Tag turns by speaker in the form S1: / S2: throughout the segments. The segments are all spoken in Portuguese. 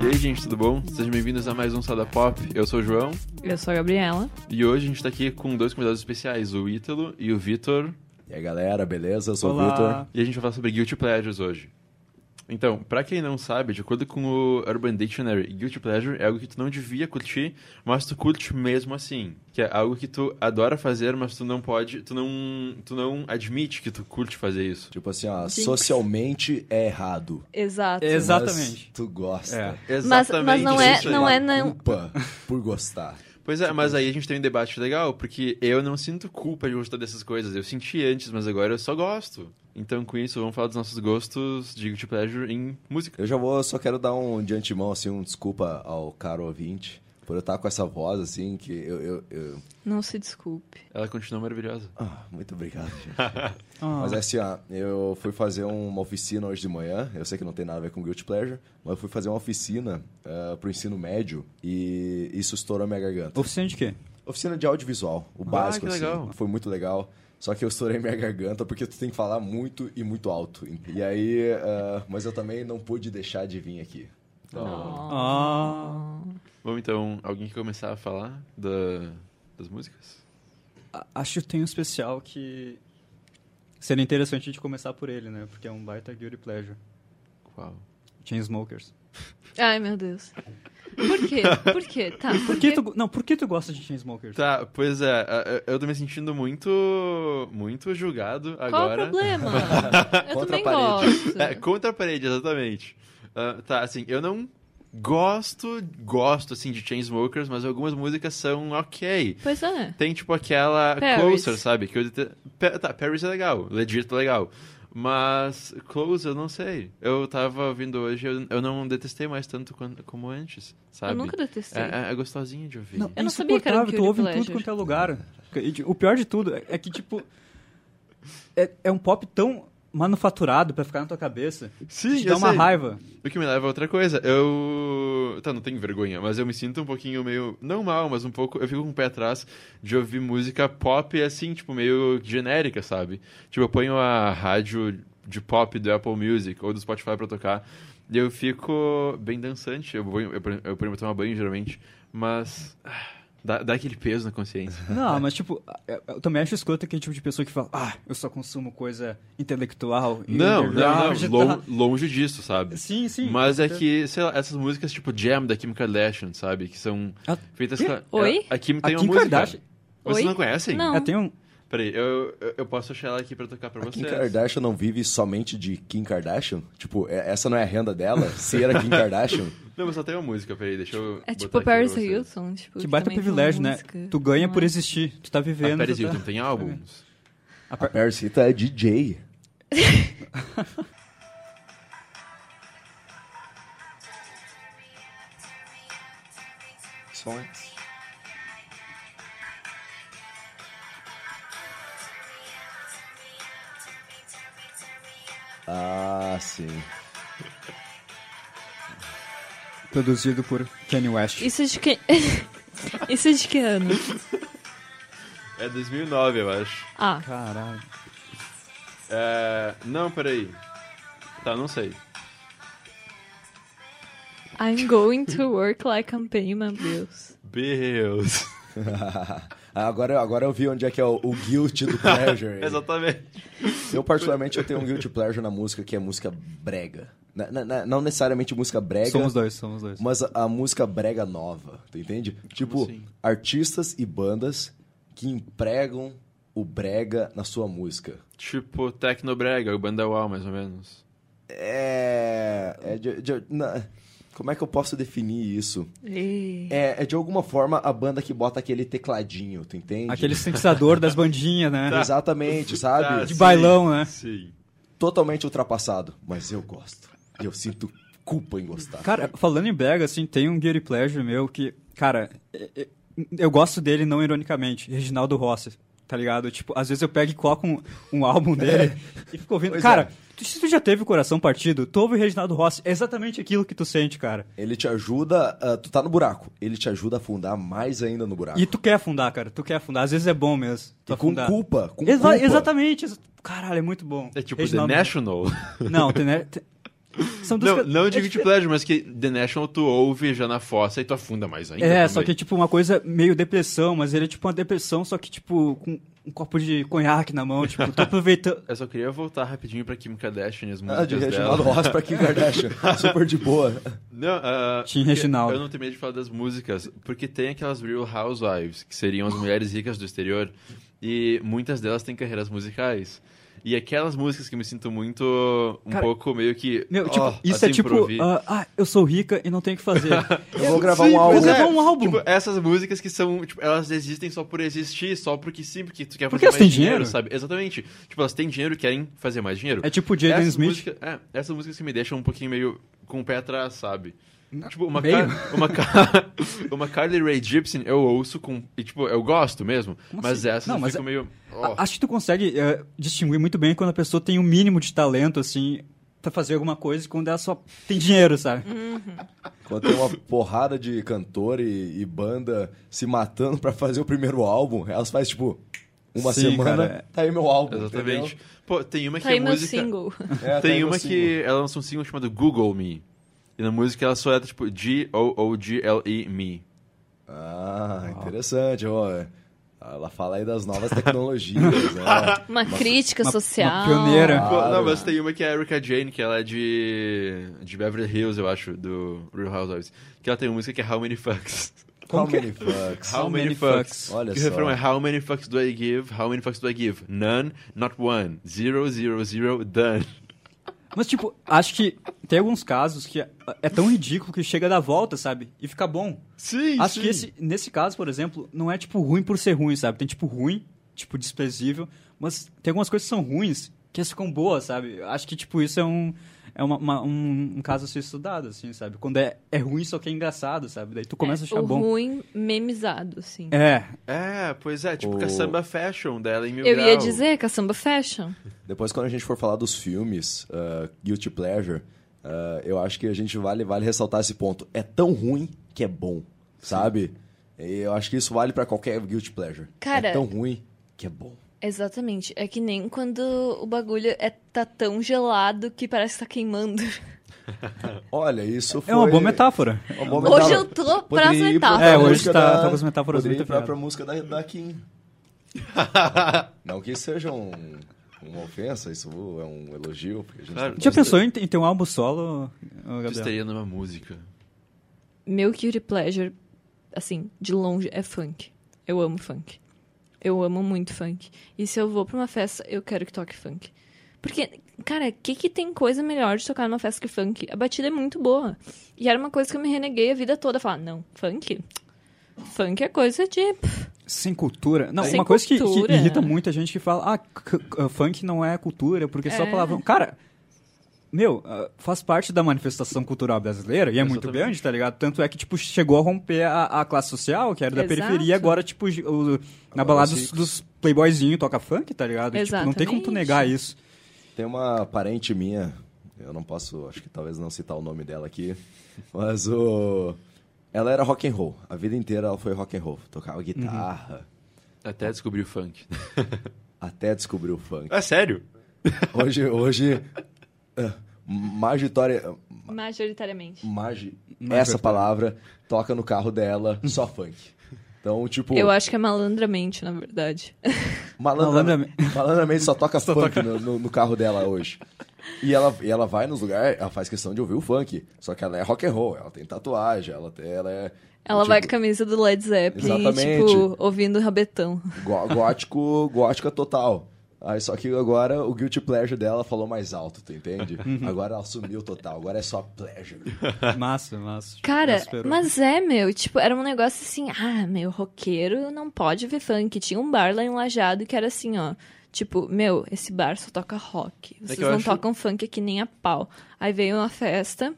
S1: E aí, gente, tudo bom? Sejam bem-vindos a mais um Sada Pop. Eu sou o João
S2: Eu sou a Gabriela.
S1: e hoje a gente tá aqui com dois convidados especiais, o Ítalo e o Vitor.
S3: E aí galera, beleza? Eu sou o
S4: Olá.
S3: Vitor.
S1: E a gente vai falar sobre Guilty Pleasures hoje. Então, pra quem não sabe, de acordo com o Urban Dictionary, Guilty Pleasure é algo que tu não devia curtir, mas tu curte mesmo assim. Que é algo que tu adora fazer, mas tu não pode, tu não, tu não admite que tu curte fazer isso.
S3: Tipo assim, ó,
S2: Jinx.
S3: socialmente é errado.
S2: Exato.
S4: Ex- Exatamente.
S3: Mas tu gosta.
S4: É.
S2: Mas,
S1: Exatamente.
S2: mas não é,
S1: isso aí.
S2: não é,
S3: Uma
S2: não.
S3: Culpa por gostar.
S1: Pois é, mas aí a gente tem um debate legal, porque eu não sinto culpa de gostar dessas coisas. Eu senti antes, mas agora eu só gosto. Então, com isso, vamos falar dos nossos gostos de guilty pleasure em música.
S3: Eu já vou, só quero dar um de antemão, assim, um desculpa ao caro ouvinte. Por eu estar com essa voz, assim, que eu... eu- eu-
S2: Não se desculpe.
S1: Ela continua maravilhosa.
S3: Ah, muito obrigado, gente.
S4: Ah,
S3: Mas é assim, ó, eu fui fazer um, uma oficina hoje de manhã, eu sei que não tem nada a ver com Guilty Pleasure, mas eu fui fazer uma oficina ah, pro ensino médio e isso estourou minha garganta.
S4: Oficina de quê?
S3: Oficina de audiovisual, o básico,
S1: Ah, que
S3: assim.
S1: legal.
S3: Foi muito legal. Só que eu estourei minha garganta porque tu tem que falar muito e muito alto. E aí, ah, mas eu também não pude deixar de vir aqui.
S2: Oh.
S4: Ah.
S1: Vamos então, alguém quer começar a falar da- das músicas?
S4: A- Acho que tem um especial que seria interessante a gente começar por ele, né? Porque é um baita guilty pleasure.
S1: Qual?
S4: Chainsmokers.
S2: Ai, meu Deus. Por quê? Por quê? Tá.
S4: Por que tu, não, por que tu gosta de Chainsmokers?
S1: Tá, pois é, a- eu tô me sentindo muito, muito julgado
S2: Qual o
S1: agora.
S2: problema? Eu
S3: Contra
S2: também
S3: a parede.
S2: gosto.
S1: É, contra a parede, exatamente. Ah, tá, assim, eu não gosto, gosto, assim, de Chainsmokers, mas algumas músicas são ok.
S2: Pois é.
S1: Tem, tipo, aquela
S2: Paris.
S1: Closer, sabe? Que eu dete- Pe- Tá, Paris é legal, Legit é legal. Mas Closer, eu não sei. Eu tava ouvindo hoje, eu, eu não detestei mais tanto quan- como antes, sabe?
S2: Eu nunca detestei.
S1: É, é, é gostosinho de ouvir.
S2: Eu não sabia que era um
S4: insuportável,
S2: guilty
S4: tu ouve em
S2: pleasure.
S4: tudo quanto é lugar. E, de- O pior de tudo é é que, tipo, é, é um pop tão manufaturado pra ficar na tua cabeça.
S1: Sim,
S4: te
S1: eu
S4: dá uma
S1: sei.
S4: raiva.
S1: O que me leva a outra coisa. Eu. Tá, não tenho vergonha, mas eu me sinto um pouquinho meio. Não mal, mas um pouco. Eu fico com o pé atrás de ouvir música pop assim, tipo, meio genérica, sabe? Tipo, eu ponho a rádio de pop do Apple Music ou do Spotify pra tocar. E eu fico bem dançante. Eu, ponho, eu, ponho- eu ponho pra tomar banho geralmente, mas. ah, Dá, dá aquele peso na consciência.
S4: Não, mas tipo, eu- eu também acho escroto aquele tipo de pessoa que fala, ah, eu só consumo coisa intelectual. e
S1: Não, não, tá.
S4: underground
S1: não.
S4: e
S1: lon-
S4: tal."
S1: longe disso, sabe?
S4: Sim, sim.
S1: Mas é que, sei lá, essas músicas tipo Jam da Kim Kardashian, sabe? Que são
S4: A-
S1: feitas.
S4: Quê?
S1: com-
S2: Oi?
S1: A Kim
S4: A
S1: tem uma
S4: Kim
S1: música.
S4: Kardashian?
S1: Vocês
S2: Oi?
S1: não conhecem?
S2: Não.
S4: É, tem um.
S1: Peraí, eu, eu- eu posso achar ela aqui pra tocar pra
S3: A Kim
S1: vocês.
S3: Kardashian não vive somente de Kim Kardashian? Tipo, é- essa não é a renda dela? Ser a Kim Kardashian?
S1: Não, mas só tem uma música, peraí, deixa eu.
S2: É
S1: botar
S2: tipo
S1: aqui pra
S2: Paris
S1: vocês.
S2: Hilton. Tipo,
S4: Que baita
S2: também tem
S4: privilégio, né?
S2: música.
S4: Tu ganha
S2: Não
S4: por
S2: é?
S4: existir. Tu tá
S1: A
S4: vivendo.
S1: Ah, Paris
S4: tu tá-
S1: Hilton tem álbuns?
S3: A Paris Hilton é DJ. Som é? Ah, sim.
S4: Produzido por Kanye West.
S2: Isso é de que... Isso de que ano?
S1: É 2009, eu acho.
S2: Ah,
S4: Caralho.
S1: É... Não, peraí. Tá, não sei.
S2: I'm going to work like I'm paying my bills.
S1: Bills.
S3: agora, agora eu vi onde é que é o, o guilt do pleasure.
S1: Exatamente.
S3: Eu, particularmente, eu tenho um guilty pleasure na música que é música brega. Na- na- na- não necessariamente música brega,
S4: Somos dois, somos dois.
S3: mas a, a música brega nova, tu entende? Tipo,
S1: assim?
S3: artistas e bandas que empregam o brega na sua música.
S1: Tipo Tecnobrega, o Bandawal, mais ou menos.
S3: É... é de- de- na- como é que eu posso definir isso?
S2: Ei.
S3: É, é de alguma forma a banda que bota aquele tecladinho, tu entende?
S4: Aquele sintetizador das bandinhas, né?
S3: Exatamente,
S1: Tá,
S3: sabe?
S4: De bailão, né?
S1: Sim.
S3: Totalmente ultrapassado, mas eu gosto. E eu sinto culpa em gostar.
S4: Cara, falando em brega, assim, tem um guilty pleasure meu que, cara, é- é- eu gosto dele não ironicamente, Reginaldo Rossi. tá ligado? Tipo, às vezes eu pego e coloco um, um álbum dele e fico ouvindo.
S3: Pois
S4: cara,
S3: é.
S4: tu- se tu já teve o coração partido, tu ouve o Reginaldo Rossi, é exatamente aquilo que tu sente, cara.
S3: Ele te ajuda. ah, tu tá no buraco. Ele te ajuda a afundar mais ainda no buraco.
S4: E tu quer afundar, cara, tu quer afundar. Às vezes é bom mesmo. Tu
S3: E com
S4: afundar.
S3: culpa. Com
S4: Exa-
S3: culpa.
S4: Exatamente. exa- Caralho, é muito bom.
S1: É tipo
S4: Reginaldo-
S1: The National.
S4: Não, The National. São duas
S1: Não,
S4: coisas-
S1: não
S4: é
S1: de Guilty
S4: difer-
S1: Pleasure, mas que The National tu ouve já na fossa e tu afunda mais ainda.
S4: É,
S1: também.
S4: só que tipo uma coisa meio depressão, mas ele é tipo uma depressão, só que tipo com um copo de conhaque na mão, tipo, tô aproveitando.
S1: Eu só queria voltar rapidinho pra Kim Kardashian e as
S3: Ah,
S1: músicas
S3: de
S1: dela.
S3: Reginaldo Rossi pra Kim Kardashian. Super de boa.
S1: Não, ah,
S4: Tim
S1: porque
S4: Reginaldo.
S1: Eu não tenho medo de falar das músicas, porque tem aquelas Real Housewives, que seriam as mulheres ricas do exterior, e muitas delas têm carreiras musicais. E aquelas músicas que eu me sinto muito, um
S4: Cara,
S1: pouco meio que.
S4: Meu,
S1: ó,
S4: tipo, isso é
S1: assim, pra
S4: tipo,
S1: ouvir.
S4: ah, ah, eu sou rica e não tenho o que fazer.
S3: Eu
S4: É
S3: vou gravar um
S4: Vou
S3: álbum.
S4: gravar um álbum.
S1: Tipo, essas músicas que são, tipo, elas existem só por existir, só porque sim, porque tu quer fazer
S4: Porque elas
S1: mais
S4: têm
S1: dinheiro,
S4: dinheiro.
S1: sabe? Exatamente. Tipo, elas têm dinheiro e querem fazer mais dinheiro.
S4: é tipo o Jaden
S1: essas
S4: Smith.
S1: músicas- é, essas músicas que me deixam um pouquinho meio com o pé atrás, sabe? Tipo, uma,
S4: meio?
S1: Car- uma, Car- uma Carly Rae Jepsen eu ouço com... E, tipo, eu gosto mesmo,
S4: Como
S1: mas
S4: assim?
S1: essas
S4: Não,
S1: eu
S4: mas
S1: fico
S4: é-
S1: meio... ó.
S4: A- Acho que tu consegue eh, distinguir muito bem quando a pessoa tem o mínimo de talento, assim, pra fazer alguma coisa e quando ela só tem dinheiro, sabe?
S3: Quando tem uma porrada de cantor e, e banda se matando pra fazer o primeiro álbum, elas fazem tipo uma
S4: Sim,
S3: semana,
S4: cara.
S3: tá aí meu álbum.
S1: Exatamente. Pô, tem uma que
S2: Tá
S1: é
S2: aí meu
S1: música...
S2: single.
S3: entendeu? É, tá aí
S1: Tem
S3: meu
S1: uma
S3: single.
S1: que ela lançou um single chamado Google Me. E na música ela só é tipo G-O-O-G-L-E Me.
S3: Ah, interessante, ó. Ela fala aí das novas tecnologias, né?
S2: Uma crítica social.
S4: uma pioneira.
S1: Pô,
S3: Claro.
S1: não, mas tem uma que é a Erika Jane, que ela é de, de Beverly Hills, eu acho, do Real Housewives. Que ela tem uma música que é How Many Fucks.
S3: How
S4: Como que-
S3: many fucks?
S1: How many fucks?
S3: Olha
S1: é? que o
S3: só.
S1: refrão é How many fucks do I give? How many fucks do I give? None, not one. Zero, zero, zero, done.
S4: Mas, tipo, acho que tem alguns casos que é- é tão ridículo que chega a dar volta, sabe? E fica bom.
S1: Sim,
S4: Acho
S1: sim.
S4: que esse, nesse caso, por exemplo, não é tipo ruim por ser ruim, sabe? Tem tipo ruim, tipo desprezível, mas tem algumas coisas que são ruins que elas ficam boas, sabe? Acho que tipo isso é um é uma- uma- um, um caso a ser estudado, assim, sabe? Quando é, é ruim só que é engraçado, sabe? Daí tu começa a achar
S2: É, o
S4: bom.
S2: ruim memizado, sim.
S4: É,
S1: É, pois é, tipo
S3: O-
S1: caçamba fashion dela em mil
S2: Eu
S1: grau.
S2: ia dizer caçamba fashion.
S3: Depois, quando a gente for falar dos filmes, ah, Guilty Pleasure, ah, eu acho que a gente vale, vale ressaltar esse ponto. É tão ruim que é bom, sabe? E eu acho que isso vale pra qualquer Guilty Pleasure.
S2: Cara-
S3: É tão ruim que é bom.
S2: Exatamente. É que nem quando o bagulho é, tá tão gelado que parece que tá queimando.
S3: Olha, isso foi...
S4: é uma boa metáforas.
S3: uma boa
S2: Hoje
S3: metáfora.
S2: eu tô
S3: Poderia
S2: pras né?
S3: ir pra-
S2: metáforas.
S4: É, hoje
S3: música
S4: tá- tá com as metáforas
S3: Poderia
S4: muito
S3: ir pra,
S4: afiadas.
S3: pra música da, da Kim. Não que seja um, uma ofensa, isso é um elogio. Porque a gente
S1: Claro.
S3: tá
S4: Já
S3: falando-
S4: pensou em, em ter um álbum solo, ô,
S1: Tu
S4: Gabriel?
S1: estaria numa música.
S2: Meu guilty pleasure, assim, de longe, é funk. Eu amo funk. Eu amo muito funk. E se eu vou pra uma festa, eu quero que toque funk. Porque, cara, o que, que tem coisa melhor de tocar numa festa que funk? A batida é muito boa. E era uma coisa que eu me reneguei a vida toda. Falar, não, funk? Funk é coisa de.
S4: Sem cultura. Não,
S2: Sem
S4: uma coisa que, que
S2: cultura.
S4: irrita muita gente que fala, ah, c- c- funk não é cultura, porque é só
S2: É.
S4: palavrão. Cara, meu, ah, faz parte da manifestação cultural brasileira e é muito
S1: Exatamente.
S4: grande, tá ligado? Tanto é que, tipo, chegou a romper a, a classe social, que era da
S2: Exato.
S4: periferia, agora, tipo, o- na
S3: Agora
S4: balada
S3: os
S4: dos,
S3: ricos.
S4: dos playboyzinhos toca funk, tá ligado? E, Tipo, não tem como tu
S2: Exatamente.
S4: negar isso.
S3: Tem uma parente minha, eu não posso, acho que talvez não citar o nome dela aqui, mas o ela era rock and roll. A vida inteira ela foi rock and roll, tocava guitarra,
S1: Até descobrir o funk.
S3: até descobriu o funk.
S1: é sério?
S3: Hoje, hoje eh, majoritária,
S2: Majoritariamente.
S3: magi,
S4: Majoritária.
S3: essa palavra toca no carro dela, só funk. Então, tipo,
S2: Eu acho que é malandramente, na verdade.
S3: Malandramente,
S4: Malandramente.
S3: malandramente só toca funk No, no- no carro dela hoje. E ela, e ela vai nos lugares, ela faz questão de ouvir o funk. Só que ela é rock and roll, ela tem tatuagem, ela, tem- ela é.
S2: Ela
S3: tipo,
S2: vai com a camisa do Led Zeppelin, e, tipo,
S3: Exatamente.
S2: ouvindo o rabetão.
S3: gó- Gótico, gótica total. Aí, só que agora o guilty pleasure dela falou mais alto, tu entende? Agora ela sumiu total, agora é Uhum. só pleasure.
S4: massa, massa. Tipo, me
S2: Cara,
S4: superou.
S2: mas é, meu, tipo, era um negócio assim, ah, meu, roqueiro não pode ver funk. Tinha um bar lá em Lajado que era assim, ó, tipo, meu, esse bar só toca rock. Vocês
S1: É que eu
S2: não
S1: acho-
S2: tocam funk aqui nem a pau. Aí veio uma festa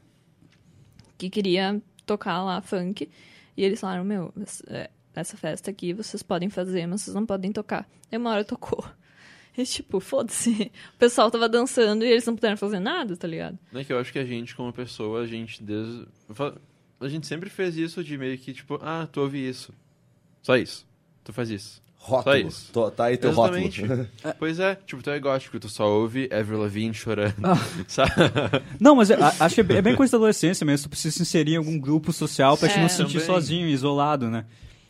S2: que queria tocar lá funk, e eles falaram, meu, é, essa festa aqui vocês podem fazer, mas vocês não podem tocar. Aí uma hora tocou. E tipo, foda-se. O pessoal tava dançando e eles não puderam fazer nada, tá ligado?
S1: Não é que eu acho que a gente, como pessoa, a gente desde... eu falo- A gente sempre fez isso de meio que, tipo, ah, tu ouve isso. Só isso. Tu faz isso. Só
S3: Rótulo.
S1: isso.
S3: Tô- tá aí teu
S1: Exatamente.
S3: rótulo.
S1: pois é, tipo, tu é gótico, tu só ouve Avril Lavigne chorando.
S4: Ah.
S1: Sabe?
S4: Não, mas eu a- acho que é bem- é bem coisa da adolescência mesmo. Tu precisa se inserir em algum grupo social pra te
S2: É.
S4: não se sentir
S1: Também.
S4: sozinho, isolado, né?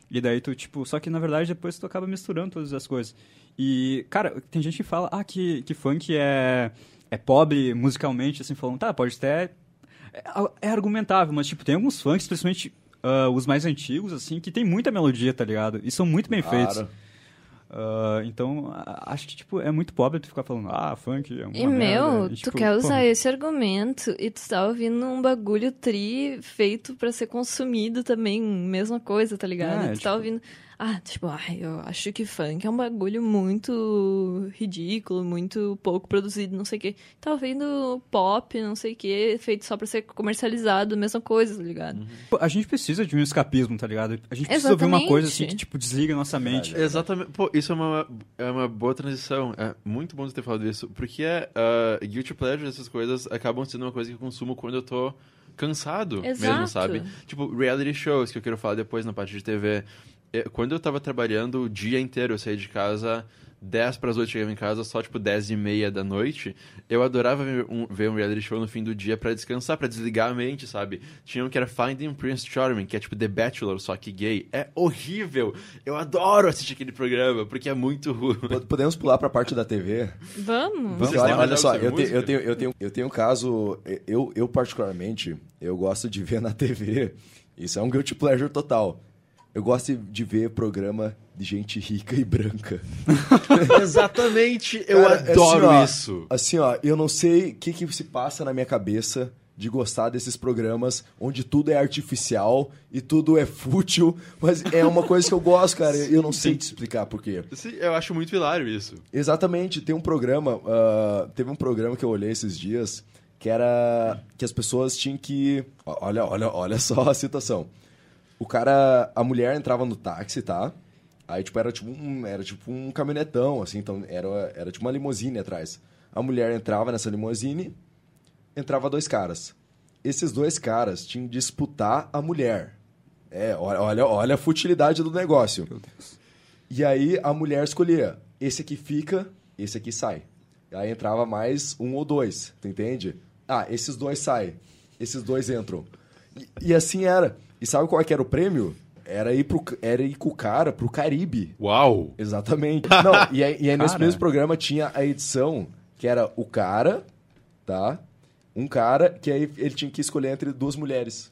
S4: E daí tu, tipo... Só que, na verdade, depois tu acaba misturando todas as coisas. E, cara, tem gente que fala... Ah, que, que funk é... É pobre musicalmente, assim, falando... Tá, pode até... É, é argumentável, mas, tipo, tem alguns funks, principalmente... ah, os mais antigos, assim, que tem muita melodia, tá ligado? E são muito bem feitos.
S3: Claro.
S4: Ah, então, a- acho que, tipo, é muito pobre tu ficar falando, ah, funk é uma
S2: E,
S4: merda.
S2: meu,
S4: E,
S2: tu
S4: tipo,
S2: quer usar
S4: porra.
S2: esse argumento e tu tá ouvindo um bagulho tri feito pra ser consumido também, mesma coisa, tá ligado?
S4: É,
S2: tu
S4: tipo-
S2: tá ouvindo. Ah, tipo, ai, eu acho que funk é um bagulho muito ridículo, muito pouco produzido, não sei o quê. Tá ouvindo pop, não sei o quê, feito só pra ser comercializado, mesma coisa, tá ligado?
S4: Pô, A gente precisa de um escapismo, tá ligado? A gente precisa ouvir uma
S2: Exatamente.
S4: coisa assim que, tipo, desliga a nossa mente.
S1: Exatamente. Pô, isso é uma, é uma boa transição. É muito bom você ter falado isso. Porque uh, Guilty Pleasure, essas coisas, acabam sendo uma coisa que eu consumo quando eu tô cansado mesmo,
S2: Exato.
S1: sabe? Tipo, reality shows, que eu quero falar depois na parte de TV. É, Quando eu tava trabalhando o dia inteiro, eu saía de casa 10 para as 8, chegava em casa só tipo 10 e meia da noite. Eu adorava ver um, ver um reality show no fim do dia pra descansar, pra desligar a mente, sabe? Tinha um que era Finding Prince Charming, que é tipo The Bachelor, só que gay. É horrível! Eu adoro assistir aquele programa, porque é muito ruim.
S3: Pod- Podemos pular pra parte da TV?
S2: Vamos?
S1: Vamos.
S3: Porque olha,
S1: têm mais
S3: olha
S1: algo
S3: só,
S1: sobre
S3: eu, te-
S1: música?
S3: eu tenho, eu, tenho, eu tenho um caso. Eu, eu, particularmente, eu gosto de ver na TV. Isso é um guilty pleasure total. Eu gosto de ver programa de gente rica e branca.
S1: Exatamente!
S3: Cara, assim, ó, Assim, ó, eu não sei o que, que se passa na minha cabeça de gostar desses programas onde tudo é artificial e tudo é fútil, mas é uma coisa que eu gosto, cara. Eu não sei te explicar por quê.
S1: Sim, eu acho muito hilário isso.
S3: Exatamente, tem um programa, ah, teve um programa que eu olhei esses dias que era que as pessoas tinham que, ó, olha, olha, olha só a situação. O cara, a mulher entrava no táxi, tá? Aí tipo era tipo um, era tipo um caminhonetão assim, então era era tipo uma limusine atrás. A mulher entrava nessa limusine, entrava dois caras. Esses dois caras tinham que disputar a mulher. É, olha, olha, olha a futilidade do negócio. E aí a mulher escolhia: esse aqui fica, esse aqui sai. Aí entrava mais um ou dois, tu entende? Ah, esses dois saem, esses dois entram. E, e assim era. E sabe qual é que era o prêmio? Era ir, pro, era ir com o cara pro Caribe.
S1: Uau!
S3: Exatamente. Não, e aí, e aí nesse
S4: Cara.
S3: mesmo programa tinha a edição que era o cara, tá? Um cara que aí ele tinha que escolher entre duas mulheres.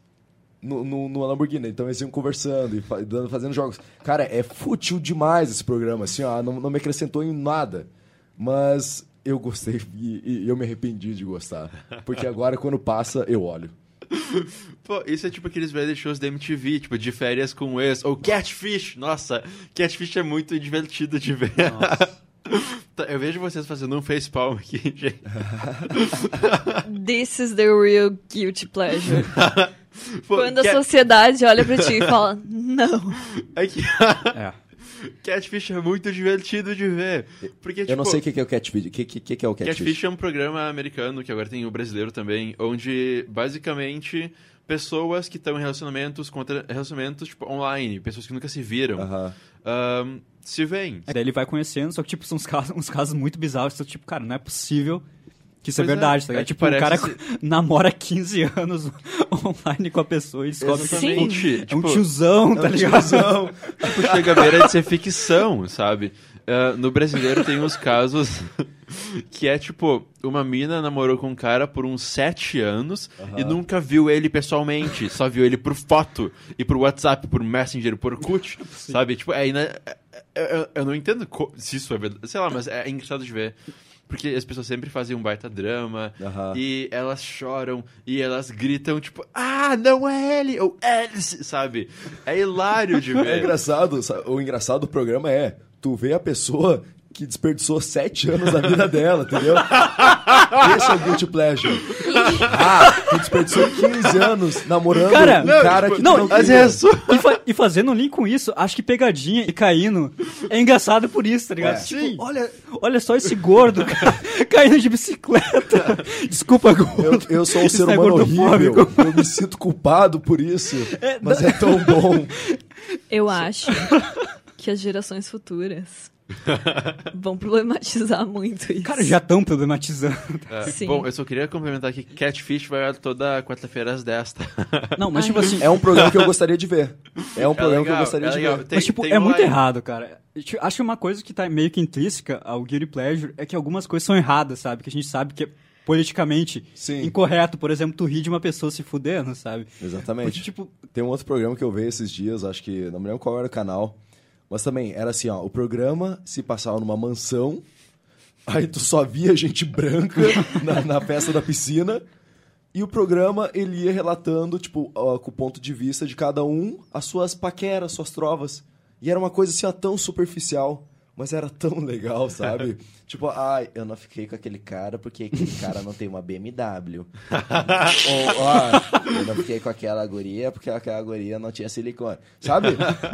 S3: No, no, no Lamborghini, então eles iam conversando e fa- dando- fazendo jogos. Cara, é fútil demais esse programa, assim, ó, não, não me acrescentou em nada. Mas eu gostei e, e eu me arrependi de gostar. Porque agora, quando passa, eu olho.
S1: Pô, isso é tipo aqueles velhos shows da MTV, tipo, de férias com ex, ou Catfish, nossa, Catfish é muito divertido de ver. Tá, Eu vejo vocês fazendo um facepalm aqui, gente.
S2: This is the real guilty pleasure.
S1: Pô,
S2: Quando a
S1: Cat-
S2: sociedade olha pra ti e fala, não.
S1: é que-
S4: É.
S1: Catfish é muito divertido de ver. Porque, tipo,
S3: eu não sei o que que é o catfish. O que, que, que que é o catfish?
S1: Catfish. é um programa americano, que agora tem o brasileiro também, onde basicamente pessoas que estão em relacionamentos, contra relacionamentos tipo, online, pessoas que nunca se viram,
S3: Aham. É
S1: ahn, se veem.
S4: Daí ele vai conhecendo, só que, tipo, são uns casos, uns casos muito bizarros. tu, Tipo, cara, não é possível que isso é
S1: Pois é,
S4: verdade, tá
S1: é
S4: ligado?
S1: que
S4: tipo, o cara
S1: parece
S4: namora 15 anos online com a pessoa e descobre que
S2: Sim.
S4: tipo,
S1: Exatamente.
S4: é um
S1: Tipo,
S4: tiozão, tá ligado?
S1: tipo, chega à beira de ser ficção, sabe? Ah, no brasileiro tem uns casos que é tipo, uma mina namorou com um cara por uns sete anos e nunca viu ele pessoalmente, só viu ele por foto e por WhatsApp, por Messenger, por Orkut, sabe? Tipo, é, ina- é- é- eu, eu não entendo co- se isso é verdade, sei lá, mas é engraçado de ver. Porque as pessoas sempre fazem um baita drama,
S3: Aham.
S1: e elas choram, e elas gritam, tipo, ah, não é ele, ou eles, sabe? É hilário de ver.
S3: É engraçado, sa- o engraçado do programa é, tu vê a pessoa que desperdiçou sete anos da vida dela, entendeu? Esse é o Guilty Pleasure. Ah, que desperdiçou 15 anos namorando
S4: Cara,
S3: um
S4: não,
S3: cara
S1: tipo,
S3: que
S4: não,
S3: não
S1: Mas
S3: queria.
S1: é só.
S4: E, fa- e fazendo um link com isso, acho que pegadinha e caindo é engraçado por isso, tá ligado?
S3: É.
S4: Tipo,
S1: Sim.
S4: olha, olha só esse gordo ca- caindo de bicicleta. Desculpa,
S3: Eu,
S4: gordo.
S3: eu sou um
S4: Isso
S3: ser
S4: é
S3: humano horrível.
S4: gordofóbico.
S3: Eu me sinto culpado por isso. Mas é tão bom.
S2: Eu acho que as gerações futuras vão problematizar muito isso.
S4: Cara, já estão problematizando.
S1: É,
S2: Sim.
S1: Bom, eu só queria complementar que Catfish vai ao ar toda quarta-feira às 10. tá?
S4: Não, mas tipo
S2: Ai.
S4: assim,
S3: É um programa que eu gostaria de ver. É um programa que eu
S1: legal,
S3: gostaria
S1: é
S3: de
S1: legal.
S3: ver.
S1: Tem-
S4: Mas, tipo,
S1: tem
S4: é
S1: um
S4: muito
S1: live.
S4: errado, cara. Tipo, Acho que uma coisa que tá meio que intrínseca ao Guilty Pleasure é que algumas coisas são erradas, sabe? Que a gente sabe que é politicamente
S3: Sim.
S4: incorreto. Por exemplo, tu rir de uma pessoa se fudendo, sabe? Porque,
S3: Exatamente.
S4: tipo,
S3: Tem um outro programa que eu vi esses dias, acho que não me lembro qual era o canal. Mas também era assim, ó, o programa se passava numa mansão, aí tu só via gente branca na, na festa da piscina. E o programa ele ia relatando, tipo, ó, com o ponto de vista de cada um, as suas paqueras, suas trovas. E era uma coisa assim, ó, tão superficial, mas era tão legal, sabe? tipo, ai, eu não fiquei com aquele cara porque aquele cara não tem uma BMW. Ou, ó, eu não fiquei com aquela guria porque aquela guria não tinha silicone. Sabe?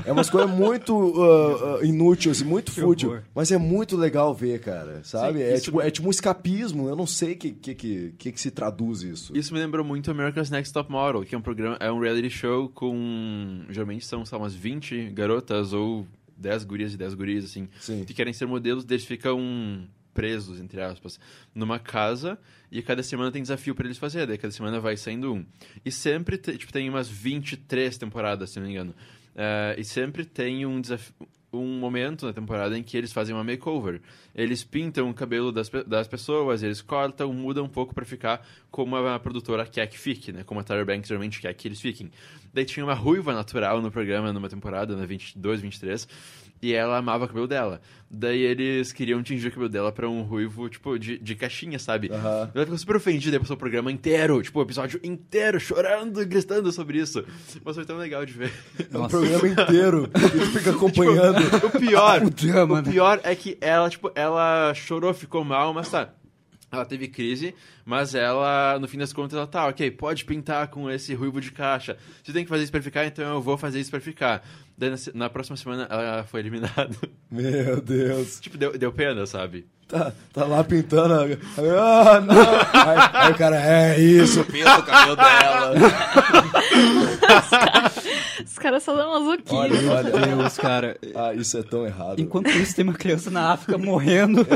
S3: É umas coisas muito ah, ah, inúteis e muito
S4: Que
S3: fútil.
S4: horror.
S3: Mas é muito legal ver, cara. Sabe?
S1: Sim,
S3: é,
S1: isso-
S3: tipo, é tipo um escapismo. Eu não sei o que, que, que, que que se traduz isso.
S1: Isso me lembrou muito America's Next Top Model, que é um programa, é um reality show com. Geralmente são sei lá, umas 20 garotas ou 10 gurias e 10 gurias, assim.
S3: Sim.
S1: Que querem ser modelos, eles ficam presos, entre aspas, numa casa e cada semana tem desafio pra eles fazer. Daí cada semana vai saindo um. E sempre, te- tipo, tem umas 23 temporadas, se não me engano. É, e sempre tem um desafio. Um momento na temporada em que eles fazem uma makeover. Eles pintam o cabelo das, pe- das pessoas, eles cortam, mudam um pouco pra ficar como a produtora quer que fique, né? Como a Tyra Banks geralmente quer que eles fiquem. Daí tinha uma ruiva natural no programa, numa temporada, na 22, 23, e ela amava o cabelo dela. Daí eles queriam tingir o cabelo dela pra um ruivo, tipo, de, de caixinha, sabe?
S3: Aham.
S1: Ela ficou super ofendida e passou o programa inteiro, tipo, o episódio inteiro, chorando e gritando sobre isso. Mas foi tão legal de ver.
S3: É um
S4: Nossa.
S3: programa inteiro. E tu fica acompanhando.
S1: O pior,
S4: O drama,
S1: o
S4: né?
S1: pior é que ela, tipo, ela chorou, ficou mal, mas tá. Ela teve crise, mas ela, no fim das contas, ela tá, ok, pode pintar com esse ruivo de caixa. Se tem que fazer isso pra ficar, então eu vou fazer isso pra ficar. Daí na, se- na próxima semana ela foi eliminada.
S3: Meu Deus.
S1: tipo, deu, deu pena, sasabe?
S3: Tá, tá lá pintando. a- Ah, não. Aí, aí o cara, é isso. Pinta o cabelo dela.
S2: Os caras só dão umas louquinhas.
S3: Olha, olha.
S4: Deus, cara.
S3: Ah, isso é tão errado.
S4: Enquanto isso, tem uma criança na África morrendo.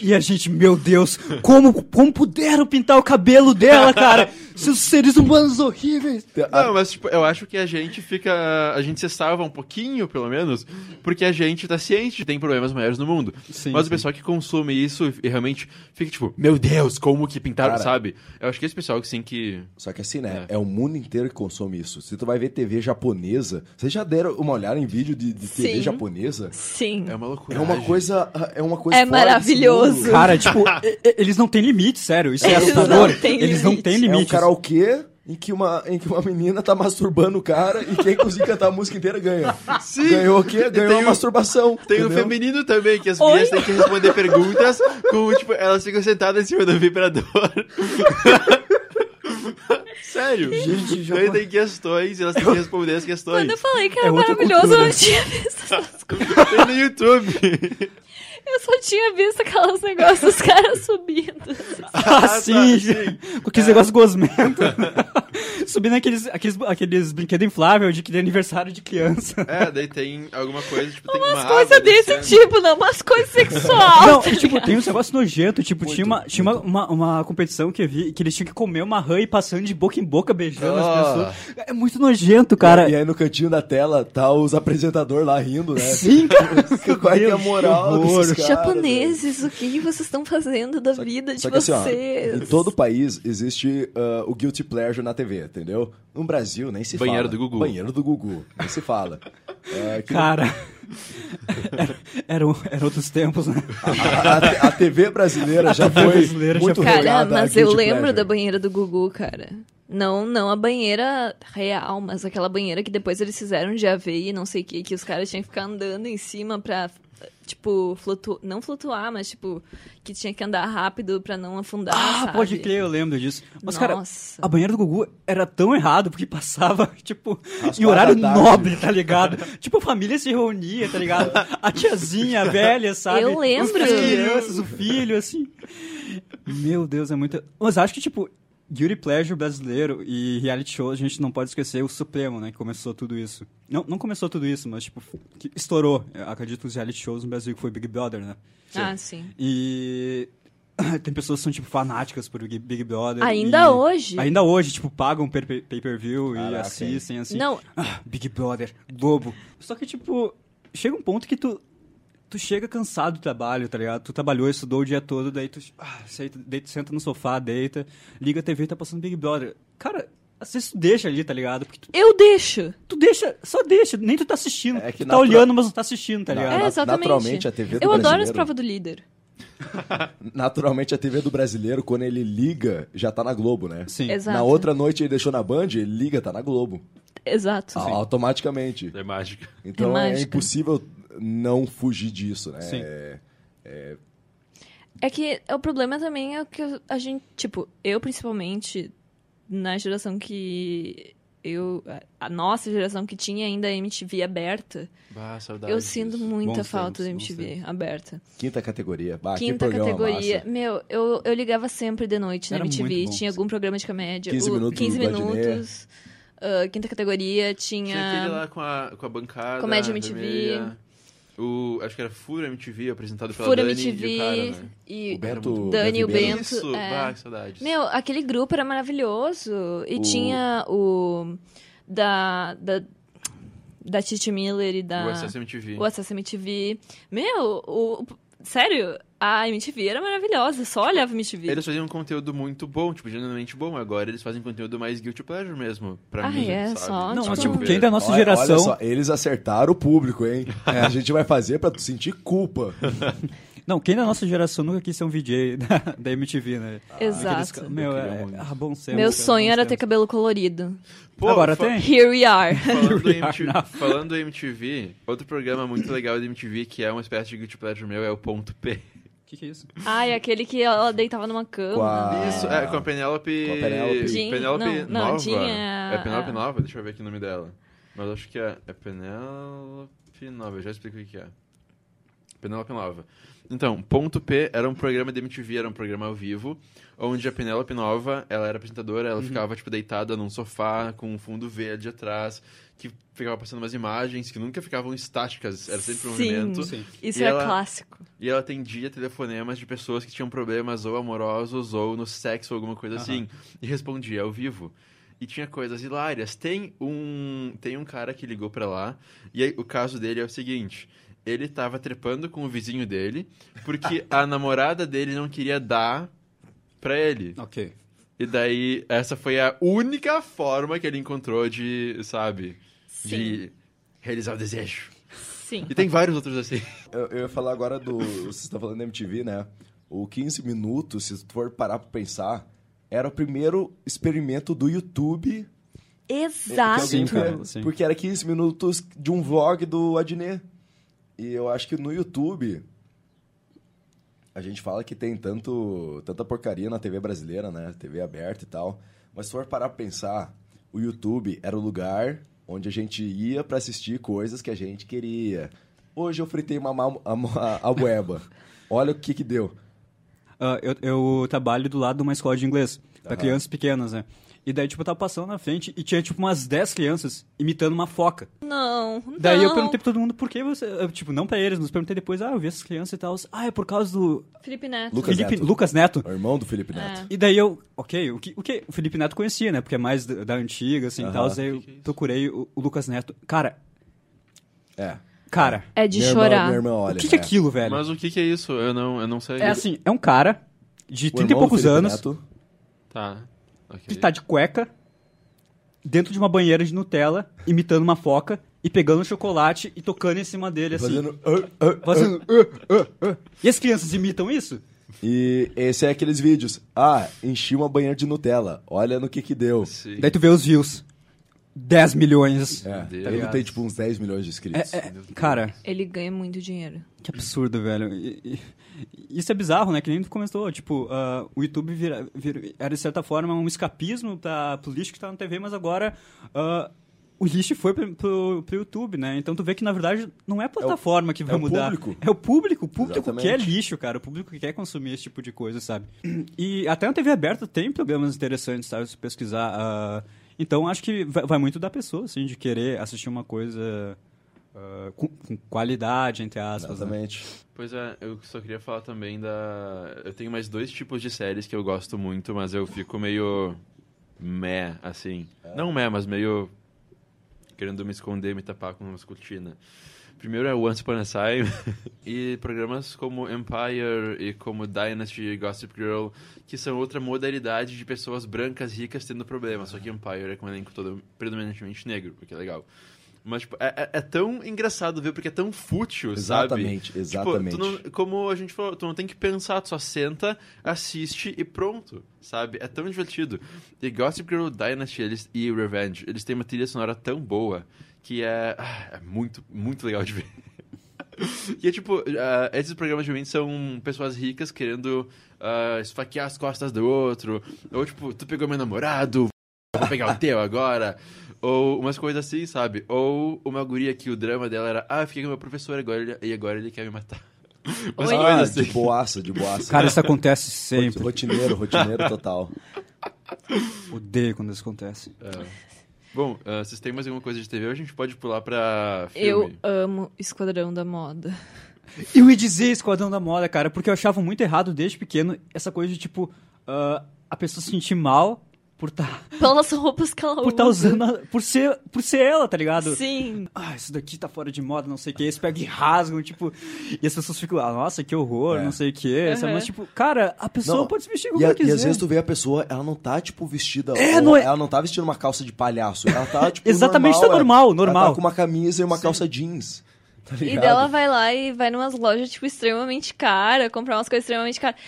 S4: E a gente, meu Deus, como, como puderam pintar o cabelo dela, cara? Seus seres humanos horríveis.
S1: Não, mas tipo, eu acho que a gente fica. A gente se salva um pouquinho, pelo menos, porque a gente tá ciente de que tem problemas maiores no mundo.
S4: Sim,
S1: mas
S4: sim.
S1: o pessoal que consome isso e realmente fica tipo, meu Deus, como que pintaram,
S3: Cara.
S1: sabe? Eu acho que esse pessoal que sim que.
S3: Só que assim, né? É. o mundo inteiro que consome isso. Se tu vai ver TV japonesa, vocês já deram uma olhada em vídeo de, de TV
S2: Sim.
S3: japonesa?
S2: Sim.
S1: É uma loucura.
S3: É uma coisa. É uma coisa.
S2: É
S3: fora desse
S2: maravilhoso.
S3: mundo.
S4: Cara, tipo, e- e- eles não têm limite, sério. Isso é
S2: Eles
S4: assustador.
S2: não têm
S4: Eles não
S2: limite.
S4: têm
S3: É um
S4: limite.
S3: karaokê em que, uma, em que uma menina tá masturbando o cara e quem conseguir cantar a música inteira ganha.
S1: Sim.
S3: Ganhou o quê? Ganhou
S1: Tem
S3: a
S1: o-
S3: masturbação.
S1: Tem o
S3: entendeu?
S1: feminino também, que as
S2: Oi?
S1: mulheres têm que responder perguntas com, tipo, elas ficam sentadas em cima do vibrador. Sério.
S4: Gente, já-
S1: Aí tem questões e elas têm que responder as questões.
S2: Quando eu falei que era
S4: É outra
S2: maravilhoso, eu não
S4: cultura.
S2: tinha visto essas coisas.
S1: Tem no YouTube.
S2: Eu só tinha visto aquelas negócios dos caras subindo.
S4: Ah,
S1: tá,
S4: sim,
S1: sim.
S4: com aqueles negócios gosmentos. Subindo aqueles, aqueles, aqueles brinquedos infláveis de que tem aniversário de criança.
S1: É, daí tem alguma coisa, tipo, tem
S2: Umas
S3: Ah,
S1: uma
S2: coisas
S1: árvore
S2: desse
S1: descendo.
S2: tipo, não umas coisas sexual.
S4: Não,
S2: tá
S4: e, tipo,
S2: ligado?
S4: tem uns negócios nojentos. Tipo,
S3: Muito,
S4: tinha, uma, tinha uma, uma, uma competição que eu vi que eles tinham que comer uma rã e passando de boca em boca, beijando
S1: Ah.
S4: as pessoas. É muito nojento, cara.
S3: E aí no cantinho da tela tá os apresentadores lá rindo, né?
S4: Sim, cara.
S3: Qual é que é a
S4: Meu
S3: moral
S4: Deus, que horror.
S3: desses caras, velho?
S2: Japoneses, o que vocês estão fazendo da vida de
S3: Só que assim,
S2: vocês?
S3: ó, em todo país existe ah, o guilty pleasure na TV, entendeu? No Brasil nem se
S1: Banheiro
S3: fala.
S1: do Gugu.
S3: Banheiro do Gugu, nem se fala. Ah, que-
S4: Cara. Eram era outros tempos, né?
S3: a, a- a TV brasileira já
S4: TV
S3: foi
S4: brasileira já
S3: muito
S4: foi.
S2: Cara,
S3: rogada a
S2: mas eu
S4: tipo, é,
S3: guilty
S2: lembro
S3: pleasure.
S2: da banheira do Gugu, cara. Não, não a banheira real, mas aquela banheira que depois eles fizeram de AV e não sei o que, que os caras tinham que ficar andando em cima pra tipo, flutu... não flutuar, mas tipo, que tinha que andar rápido pra não afundar.
S4: Ah,
S2: sabe?
S4: pode crer, eu lembro disso. Mas, cara,
S2: Nossa.
S4: a banheira do Gugu era tão errado porque passava, tipo,
S3: Às
S4: em horário
S3: quatro da tarde.
S4: nobre, tá ligado? tipo, a família se reunia, tá ligado? A tiazinha, a velha, sabe?
S2: Eu lembro.
S4: As crianças, o filho, assim. Meu Deus, é muito. Mas acho que, tipo, Guilty Pleasure brasileiro e reality show, a gente não pode esquecer o Supremo, né? Que começou tudo isso. Não, não começou tudo isso, mas, tipo, que estourou. Eu acredito os reality shows no Brasil que foi Big Brother, né?
S2: Ah, sim.
S4: E tem pessoas que são, tipo, fanáticas por Big Big Brother.
S2: Ainda
S4: e-
S2: hoje? é.
S4: Ainda hoje, tipo, pagam per- per- pay-per-view e
S3: Caraca,
S4: assistem, assim.
S2: Não,
S4: Ah, Big Brother, Globo. Só que, tipo, chega um ponto que tu... Tu chega cansado do trabalho, tá ligado? Tu trabalhou, estudou o dia todo, daí tu, ah, senta, daí tu senta no sofá, deita, liga a TV e tá passando Big Brother. Cara, assiste, tu deixa ali, tá ligado? Porque tu,
S2: eu deixo.
S4: tu deixa, só deixa, nem tu tá assistindo.
S3: É que
S4: tu tá
S3: natura-
S4: olhando, mas não tá assistindo, tá
S3: Na-
S4: ligado?
S2: É,
S3: na-
S2: exatamente.
S3: naturalmente, a TV do
S2: Eu adoro as
S3: brasileiro-
S2: provas do líder.
S3: Naturalmente, a TV do brasileiro, quando ele liga, já tá na Globo, né?
S4: Sim.
S2: É. Exato.
S3: Na outra noite ele deixou na Band, ele liga, tá na Globo.
S2: Exato.
S4: Ah,
S3: A- Automaticamente.
S1: É mágica.
S3: Então é,
S2: mágica.
S3: impossível não fugir disso, né?
S4: Sim.
S3: É,
S2: É que o problema também é que a gente, tipo, eu principalmente, na geração que eu, a nossa geração que tinha ainda a MTV aberta,
S1: Bah,
S3: Tá,
S1: saudade.
S2: eu sinto
S1: disso.
S2: muita
S4: Bons
S2: falta da
S4: tempos, bons
S2: MTV aberta.
S3: quinta categoria. Bah, Ah, que
S2: Quinta
S3: programa
S2: categoria.
S3: massa.
S2: Meu, eu, eu ligava sempre de noite na
S4: Era
S2: MTV,
S4: muito bom.
S2: tinha algum programa de comédia,
S3: 15
S2: o-
S3: minutos
S2: 15
S3: do Vladimir.
S2: minutos, ah, quinta categoria,
S1: Tinha aquele
S2: tinha
S1: lá com a, com a bancada.
S2: Comédia MTV.
S1: vermelha. O, acho que era Fura MTV, apresentado pela
S2: Fura
S1: Dani
S2: MTV
S1: e o cara, né?
S2: e
S3: O Bento.
S2: Dani, o
S3: Ribeiro.
S2: Bento,
S1: Isso,
S2: é.
S1: bah, que saudades.
S2: Meu, aquele grupo era maravilhoso. E
S3: O-
S2: tinha o. Da. Da, da Titi Miller e da.
S1: O Acesso MTV.
S2: ah. o Acesso MTV. Meu, o. o- Sério, a MTV era maravilhosa, só olhava MTV.
S1: Eles faziam um conteúdo muito bom, tipo, genuinamente bom. Agora eles fazem conteúdo mais guilty pleasure mesmo, pra
S2: Ah,
S1: mim,
S2: é,
S1: sabe?
S2: só,
S4: Não, mas
S2: Tipo,
S4: tipo, quem da nossa
S3: Olha-
S4: geração...
S3: Olha só, eles acertaram o público, hein? É, A gente vai fazer pra tu sentir culpa.
S4: Não, quem da nossa geração nunca quis ser um VJ da, da MTV, né? Aqueles
S2: Ah, Exato.
S4: ca- meu,
S1: Eu queria
S4: é,
S1: muito.
S4: ah, bom senso.
S2: Meu
S4: cara,
S2: sonho
S4: bom um
S2: era
S4: senso.
S2: ter cabelo colorido.
S1: Pô,
S4: Agora
S1: fa-
S4: tem?
S2: Here we are.
S1: Falando, em
S4: We are
S1: MTV,
S4: now.
S1: falando em MTV, outro programa muito legal da MTV, que é uma espécie de guilty pleasure meu, é o Ponto P.
S4: Que que é isso?
S2: Ai, aquele que ela deitava numa cama.
S3: Qua- Ah.
S1: Isso, é, com a Penélope...
S3: Com a Penélope.
S2: Jean-
S1: Penélope
S2: não, não,
S1: Nova.
S2: tinha a-
S1: É Penélope
S2: a-
S1: Nova? Deixa eu ver aqui o nome dela. Mas acho que é, é Penélope Nova, eu já explico o que que é. Penélope Nova. Então, Ponto P era um programa da MTV, era um programa ao vivo, onde a Penélope Nova, ela era apresentadora,
S3: Uhum.
S1: ela ficava, tipo, deitada num sofá com um fundo verde atrás, que ficava passando umas imagens que nunca ficavam estáticas, era sempre um
S2: Sim.
S1: movimento.
S4: Sim.
S2: Isso
S1: E
S2: era
S1: ela-
S2: clássico.
S1: E ela atendia telefonemas de pessoas que tinham problemas ou amorosos ou no sexo ou alguma coisa assim. E respondia ao vivo. E tinha coisas hilárias. Tem um, tem um cara que ligou pra lá e aí o caso dele é o seguinte. Ele tava trepando com o vizinho dele porque a namorada dele não queria dar pra ele.
S4: Ok.
S1: E daí essa foi a única forma que ele encontrou de, sabe,
S2: Sim.
S1: de realizar o desejo.
S2: Sim.
S1: E tem vários outros assim.
S3: Eu, eu ia falar agora do. Vocês estão falando da MTV, né? O 15 Minutos, se tu for parar pra pensar, era o primeiro experimento do YouTube.
S4: É,
S3: que
S2: Exato.
S3: alguém
S4: Sim, cara,
S3: fez,
S4: sim.
S3: É, Porque era 15 minutos de um vlog do Adnet. E eu acho que no YouTube. A gente fala que tem tanto, tanta porcaria na TV brasileira, né? TV aberta e tal. Mas se for parar pra pensar, o YouTube era o lugar onde a gente ia pra assistir coisas que a gente queria. Hoje eu fritei uma ma- a mo- a- a moeba. Olha o que que deu.
S4: Ah, eu, eu trabalho do lado de uma escola de inglês, pra
S3: Aham.
S4: crianças pequenas, né? E daí, tipo, eu tava passando na frente e tinha, tipo, umas 10 crianças imitando uma foca.
S2: Não,
S4: Daí
S2: não.
S4: eu perguntei pra todo mundo por que você... eu, Tipo, não pra eles, mas perguntei depois. Ah, eu vi essas crianças e tal. Ah, é por causa do
S2: Felipe Neto.
S3: Lucas
S4: Felipe-
S3: Neto.
S4: Lucas Neto.
S3: É O irmão do Felipe Neto.
S4: E daí eu, ok, o que, o que o Felipe Neto conhecia, né? Porque é mais da, da antiga, assim, e
S3: Aham.
S4: tal. Daí eu
S1: Que que é isso?
S4: procurei o, o Lucas Neto. Cara,
S3: É.
S4: cara,
S2: É de
S3: Minha irmã-
S2: chorar.
S3: minha irmã olha,
S4: o que, que é
S3: é.
S4: aquilo, velho?
S1: Mas o que que é isso? Eu não, eu não sei.
S4: É assim, é um cara de
S3: O
S4: 30 e
S3: irmão do
S4: poucos
S3: Felipe
S4: anos
S3: Neto.
S1: Tá. ok.
S4: que tá de cueca dentro de uma banheira de Nutella, imitando uma foca e pegando um chocolate e tocando em cima dele, assim.
S3: Fazendo. "Ah, ah,
S4: fazendo, "Ah, ah, ah". E as crianças imitam isso?
S3: E esse é aqueles vídeos. Ah, enchi uma banheira de Nutella. Olha no que que deu.
S1: Sim.
S4: Daí tu vê os views. 10 milhões.
S3: É,
S1: Deus.
S3: ele tem tipo uns 10 milhões de inscritos.
S4: É, é, cara,
S2: Ele ganha muito dinheiro.
S4: que absurdo, velho. E- e- Isso é bizarro, né? Que nem tu comentou. Tipo, ah, o YouTube vira- vira- era, de certa forma, um escapismo para pro lixo que tá na TV, mas agora... ah, o lixo foi pro, pro, pro YouTube, né? Então tu vê que, na verdade, não é a plataforma que vai
S3: é o
S4: mudar.
S3: público.
S4: É o público. O público
S3: Exatamente.
S4: quer lixo, cara. O público que quer consumir esse tipo de coisa, sabe? E até na TV aberta tem programas interessantes, sabe? Se pesquisar. ah, então, acho que vai, vai muito da pessoa, assim, de querer assistir uma coisa ah, com, com qualidade, entre aspas. né?
S3: Exatamente.
S1: Pois é, eu só queria falar também da. Eu tenho mais dois tipos de séries que eu gosto muito, mas eu fico meio. meh, assim. Não meh, mas meio. querendo me esconder, me tapar com umas cortinas. Primeiro é Once Upon a Time, e programas como Empire e como Dynasty e Gossip Girl, que são outra modalidade de pessoas brancas ricas tendo problemas, só que Empire é com um elenco todo predominantemente negro, o que é legal. Mas, tipo, é, é- é tão engraçado ver, porque é tão fútil, sabe?
S3: Exatamente, exatamente.
S1: Tipo, tu não- como a gente falou, tu não tem que pensar, tu só senta, assiste e pronto, sabe? É tão divertido. E Gossip Girl Dynasty eles, e Revenge, eles têm uma trilha sonora tão boa que é, ah, é muito, muito legal de ver. E é tipo, ah, esses programas geralmente são pessoas ricas querendo ah, esfaquear as costas do outro, ou tipo, tu pegou meu namorado, vou pegar o teu agora, ou umas coisas assim, sabe? Ou uma guria que o drama dela era, ah, eu fiquei com meu professor agora ele- e agora ele quer me matar. Umas coisas
S2: Oi.
S3: Ah,
S1: assim.
S3: de boaça, de boaça.
S4: Cara, isso acontece sempre.
S3: rotineiro, rotineiro total.
S4: Odeio quando isso acontece.
S1: É. Bom, ah, vocês têm mais alguma coisa de TV? A gente pode pular pra
S2: Eu
S1: filme.
S2: amo Esquadrão da Moda.
S4: Eu ia dizer Esquadrão da Moda, cara, porque eu achava muito errado desde pequeno essa coisa de, tipo, ah, a pessoa se sentir mal por tá,
S2: Pelas roupas que ela
S4: por tá
S2: usa.
S4: usando. a- por, ser, por ser ela, tá ligado?
S2: Sim.
S4: ah, isso daqui tá fora de moda, não sei o que, eles pegam e rasgam, tipo, e as pessoas ficam, ah, nossa, que horror,
S3: É.
S4: não sei o que,
S2: Aham.
S4: mas tipo, cara, a pessoa
S3: Não,
S4: pode se vestir como
S3: E, a-
S4: ela
S3: e
S4: quiser.
S3: às vezes tu vê a pessoa, ela não tá, tipo, vestida.
S4: É,
S3: ou-
S4: não é-
S3: Ela não tá vestindo uma calça de palhaço. Ela tá, tipo.
S4: Exatamente, tá normal,
S3: ela-
S4: normal.
S3: Ela tá com uma camisa e uma calça jeans. Tá
S2: E
S3: ligado?
S2: dela vai lá e vai numas lojas, tipo, extremamente cara, comprar umas coisas extremamente caras.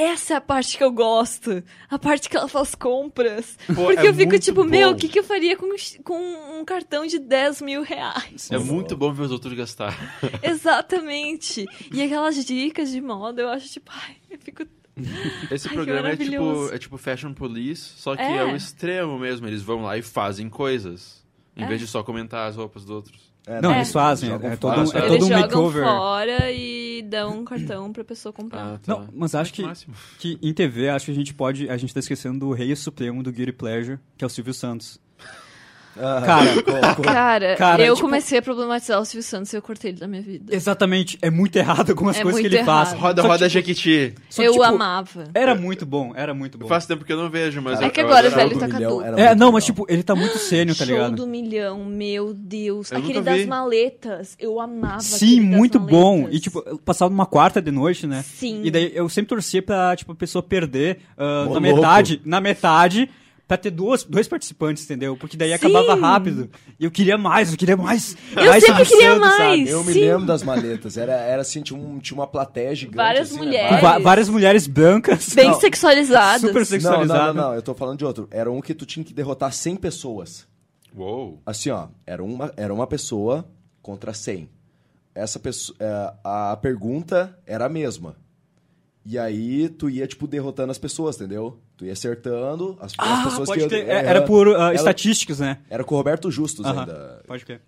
S2: Essa é a parte que eu gosto. A parte que ela faz compras.
S1: Pô,
S2: Porque
S1: é
S2: eu fico
S1: muito
S2: tipo, meu,
S1: bom.
S2: o que, que eu faria com, com um cartão de 10 mil reais?
S1: É muito bom ver os outros gastar.
S2: Exatamente. E aquelas dicas de moda, eu acho tipo, ai, eu fico.
S1: Esse
S2: Ai, que
S1: programa é tipo,
S2: maravilhoso.
S1: é tipo Fashion Police, só que é.
S2: É.
S1: o extremo mesmo. Eles vão lá e fazem coisas, em
S2: É.
S1: vez de só comentar as roupas dos outros.
S3: É,
S4: Não,
S2: É.
S4: eles fazem,
S3: Jogam
S4: é
S1: fora,
S4: todo, um-
S1: sabe?
S4: é
S2: Eles
S4: todo um
S2: jogam
S4: makeover.
S2: fora e dão um cartão pra pessoa comprar.
S1: Ah, tá.
S4: Não, mas acho que,
S1: Máximo.
S4: que em TV, acho que a gente pode, a gente tá esquecendo do rei supremo do Guilty Pleasure, que é o Silvio Santos.
S3: Ah,
S4: Cara,
S3: co- co-
S2: Cara,
S4: Cara,
S2: eu
S4: tipo-
S2: comecei a problematizar o Silvio Santos e eu cortei ele da minha vida.
S4: exatamente, é muito errado algumas
S2: É
S4: coisas que
S2: muito
S4: ele faz.
S2: errado.
S1: Roda,
S4: Só que,
S1: roda, Jequiti.
S4: só que,
S2: eu
S4: tipo,
S2: amava.
S4: Era muito bom, era muito bom.
S1: Faz tempo que eu não vejo, mas...
S2: É
S1: eu-
S2: que
S1: eu
S2: agora o
S1: adorava.
S2: velho tá
S3: milhão
S2: caduco.
S3: era
S4: É,
S3: muito
S4: não, mas
S3: legal.
S4: tipo, ele tá muito sênior, tá
S2: Ah, Show
S4: ligado?
S2: do milhão, meu Deus.
S1: Eu
S2: aquele
S1: nunca
S2: das
S1: vi.
S2: maletas, eu amava.
S4: Sim,
S2: aquele das
S4: muito bom.
S2: maletas.
S4: E, tipo, eu passava numa quarta de noite, né?
S2: Sim.
S4: E daí eu sempre torcia pra, tipo, a pessoa perder ah,
S3: Ô,
S4: na
S3: louco.
S4: metade, na metade, pra ter duas, dois participantes, entendeu? Porque daí
S2: Sim.
S4: acabava rápido. E eu queria mais, eu queria mais.
S2: Eu
S4: mais
S2: sempre
S4: Silvio
S2: queria
S4: Santos, sabe?
S2: mais.
S3: Eu me
S2: Sim.
S3: lembro das maletas. Era, era assim, tinha, um- tinha uma plateia gigante.
S2: Várias
S3: assim, né?
S2: mulheres.
S4: Com va- várias mulheres brancas.
S2: É Bem
S4: Não,
S2: sexualizadas.
S4: Super
S3: Não, não, não,
S4: sexualizadas.
S3: não, eu tô falando de outro. Era um que tu tinha que derrotar 100 pessoas.
S1: Uou.
S3: Assim, ó, era uma, era uma pessoa contra 100. Essa pessoa, é, a pergunta era a mesma. E aí tu ia, tipo, derrotando as pessoas, entendeu? Tu ia acertando as, as
S4: Ah,
S3: pessoas
S4: pode
S3: que...
S4: crer.
S3: é,
S4: É, Era por ah,
S3: Ela-
S4: estatísticas, né?
S3: Era com o Roberto Justus
S4: Aham.
S3: ainda.
S4: Pode crer.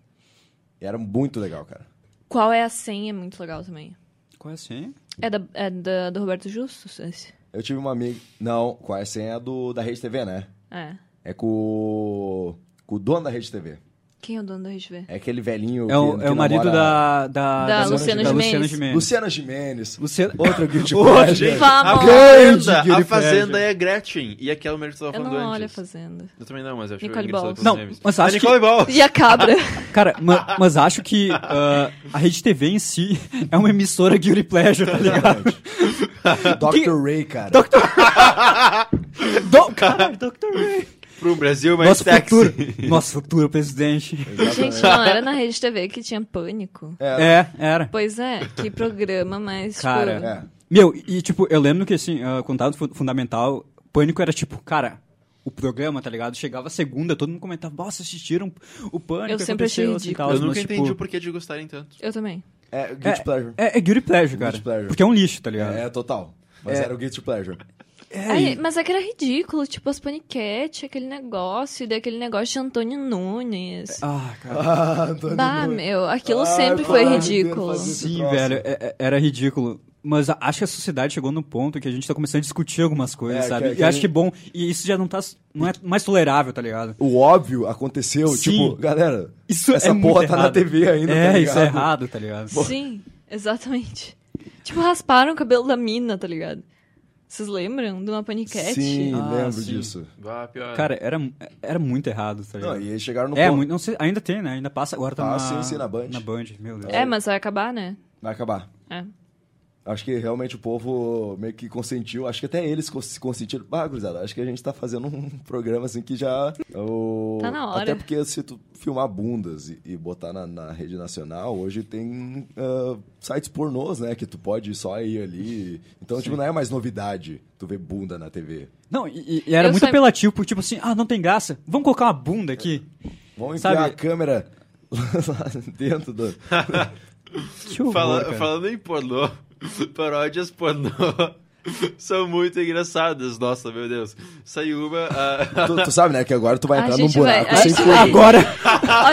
S3: Era muito legal, cara.
S2: Qual é a senha? É muito legal também.
S4: Qual é assim?
S2: É, da, é da, do Roberto Justus? esse?
S3: Eu tive uma amiga... Não, com a senha do, da Rede TV, né?
S2: É.
S3: É com, o- com o dono da Rede TV.
S2: Quem é o dono da Rede V?
S3: É aquele velhinho
S4: É o,
S3: que,
S4: é
S3: que
S4: o marido
S3: namora-
S4: da, da,
S2: Da
S3: Luciana
S4: da
S2: Gimenez.
S4: Luciana Gimenez.
S3: Luciana Jimenez.
S4: Luciana...
S3: Outra Guilty
S4: Outra,
S3: Pleasure.
S1: A
S2: Famosa.
S1: Fazenda!
S4: Guilty
S1: A Fazenda
S4: pleasure.
S1: é Gretchen. E aquela mulher que tu tava
S2: Eu
S1: falando
S2: não olho a
S1: antes.
S2: Fazenda.
S1: Eu também não, mas eu achei
S2: Nicole
S1: engraçado
S2: Balls.
S1: com os
S4: Não,
S1: memes.
S4: mas
S1: É
S4: acho que-
S1: Nicole Balls!
S2: E a cabra.
S4: Cara, ma- mas acho que ah, a Rede TV em si é uma emissora Guilty Pleasure, tá ligado?
S3: Dr. Ray, cara.
S4: Do, cara, Dr. Ray.
S1: Pro Brasil é mais
S4: Nosso
S1: sexy.
S4: futuro, nosso futuro presidente.
S1: né?
S2: Gente, não era na Rede TV que tinha pânico?
S4: É, era.
S2: Pois é, que programa mais.
S4: Cara,
S2: tipo,
S3: É.
S4: Meu, e tipo, eu lembro que assim, ah, quando tava no fu- fundamental, pânico era tipo, cara, o o programa, tá ligado? Chegava a segunda, todo mundo comentava, nossa, assistiram o Pânico,
S2: Eu sempre achei
S4: aconteceu, assim,
S2: ridículo.
S4: tal",
S1: Eu nunca
S4: mas, tipo,
S1: entendi o porquê de gostarem tanto.
S2: Eu também.
S3: É, Guilty Pleasure.
S4: É, é guilty pleasure,
S3: Guilty
S4: cara.
S3: pleasure.
S4: Porque é um lixo, tá ligado?
S3: É, total. Mas
S4: É.
S3: era o Guilty Pleasure.
S2: Ai, mas é que era ridículo, tipo as paniquete, aquele negócio, e daí aquele negócio de Antônio Nunes.
S4: Ah, cara.
S3: Ah, Antônio
S2: Bah,
S3: Nunes.
S2: meu, aquilo
S3: Ai,
S2: sempre
S3: pelo
S2: foi
S3: amor de Deus,
S2: ridículo.
S3: faz isso. esse
S4: Sim,
S3: troço.
S4: velho, é- é- era ridículo. Mas a- acho que a sociedade chegou num ponto que a gente tá começando a discutir algumas coisas,
S3: É,
S4: sabe?
S3: que- que
S4: e
S3: a
S4: acho
S3: gente-
S4: que bom. E isso já não tá. Não é mais tolerável, tá ligado?
S3: O óbvio aconteceu,
S4: Sim.
S3: tipo, galera,
S4: Isso
S3: essa
S4: é muito
S3: porra tá na
S4: errado.
S3: TV ainda,
S4: É,
S3: tá
S4: isso é
S3: ligado?
S4: errado, tá ligado?
S2: Sim, exatamente. Tipo, rasparam o cabelo da mina, tá ligado? Vocês lembram de uma paniquete?
S3: Sim,
S4: Ah,
S3: lembro
S4: sim.
S3: disso.
S1: Bah, pior.
S4: Cara, era, era muito errado, tá ligado?
S3: Não, e aí chegaram no
S4: é,
S3: ponto.
S4: muito, não sei, ainda tem, né? Ainda passa, agora tá
S3: Ah,
S4: na...
S3: sim, sim, na Band.
S4: Na Band, meu Deus.
S2: É, mas vai acabar, né?
S3: Vai acabar.
S2: É.
S3: Acho que realmente o povo meio que consentiu. Acho que até eles cons- se consentiram. Ah, gurizada, acho que a gente tá fazendo um programa assim que já. o-
S2: Tá na hora.
S3: Até porque se tu filmar bundas e, e botar na, na rede nacional, hoje tem ah, sites pornôs, né? Que tu pode só ir ali. Então, tipo, não é mais novidade tu ver bunda na TV.
S4: Não, e, e era
S2: Eu
S4: muito
S2: sempre-
S4: apelativo, porque tipo assim, ah, não tem graça, vamos colocar uma bunda aqui.
S3: Vamos enfiar
S4: Sabe-
S3: a câmera lá dentro do.
S2: é
S4: Que
S2: um
S4: horror,
S1: Fala-
S4: cara.
S1: falando em pornô, paródias pornô são muito engraçadas. Nossa, meu Deus. Saiu uma. a-
S3: Tu, tu sabe, né? Que agora tu vai
S2: A
S3: entrar num
S2: gente
S3: buraco
S2: vai- a
S3: sem
S2: gente-
S3: fundo.
S4: Agora,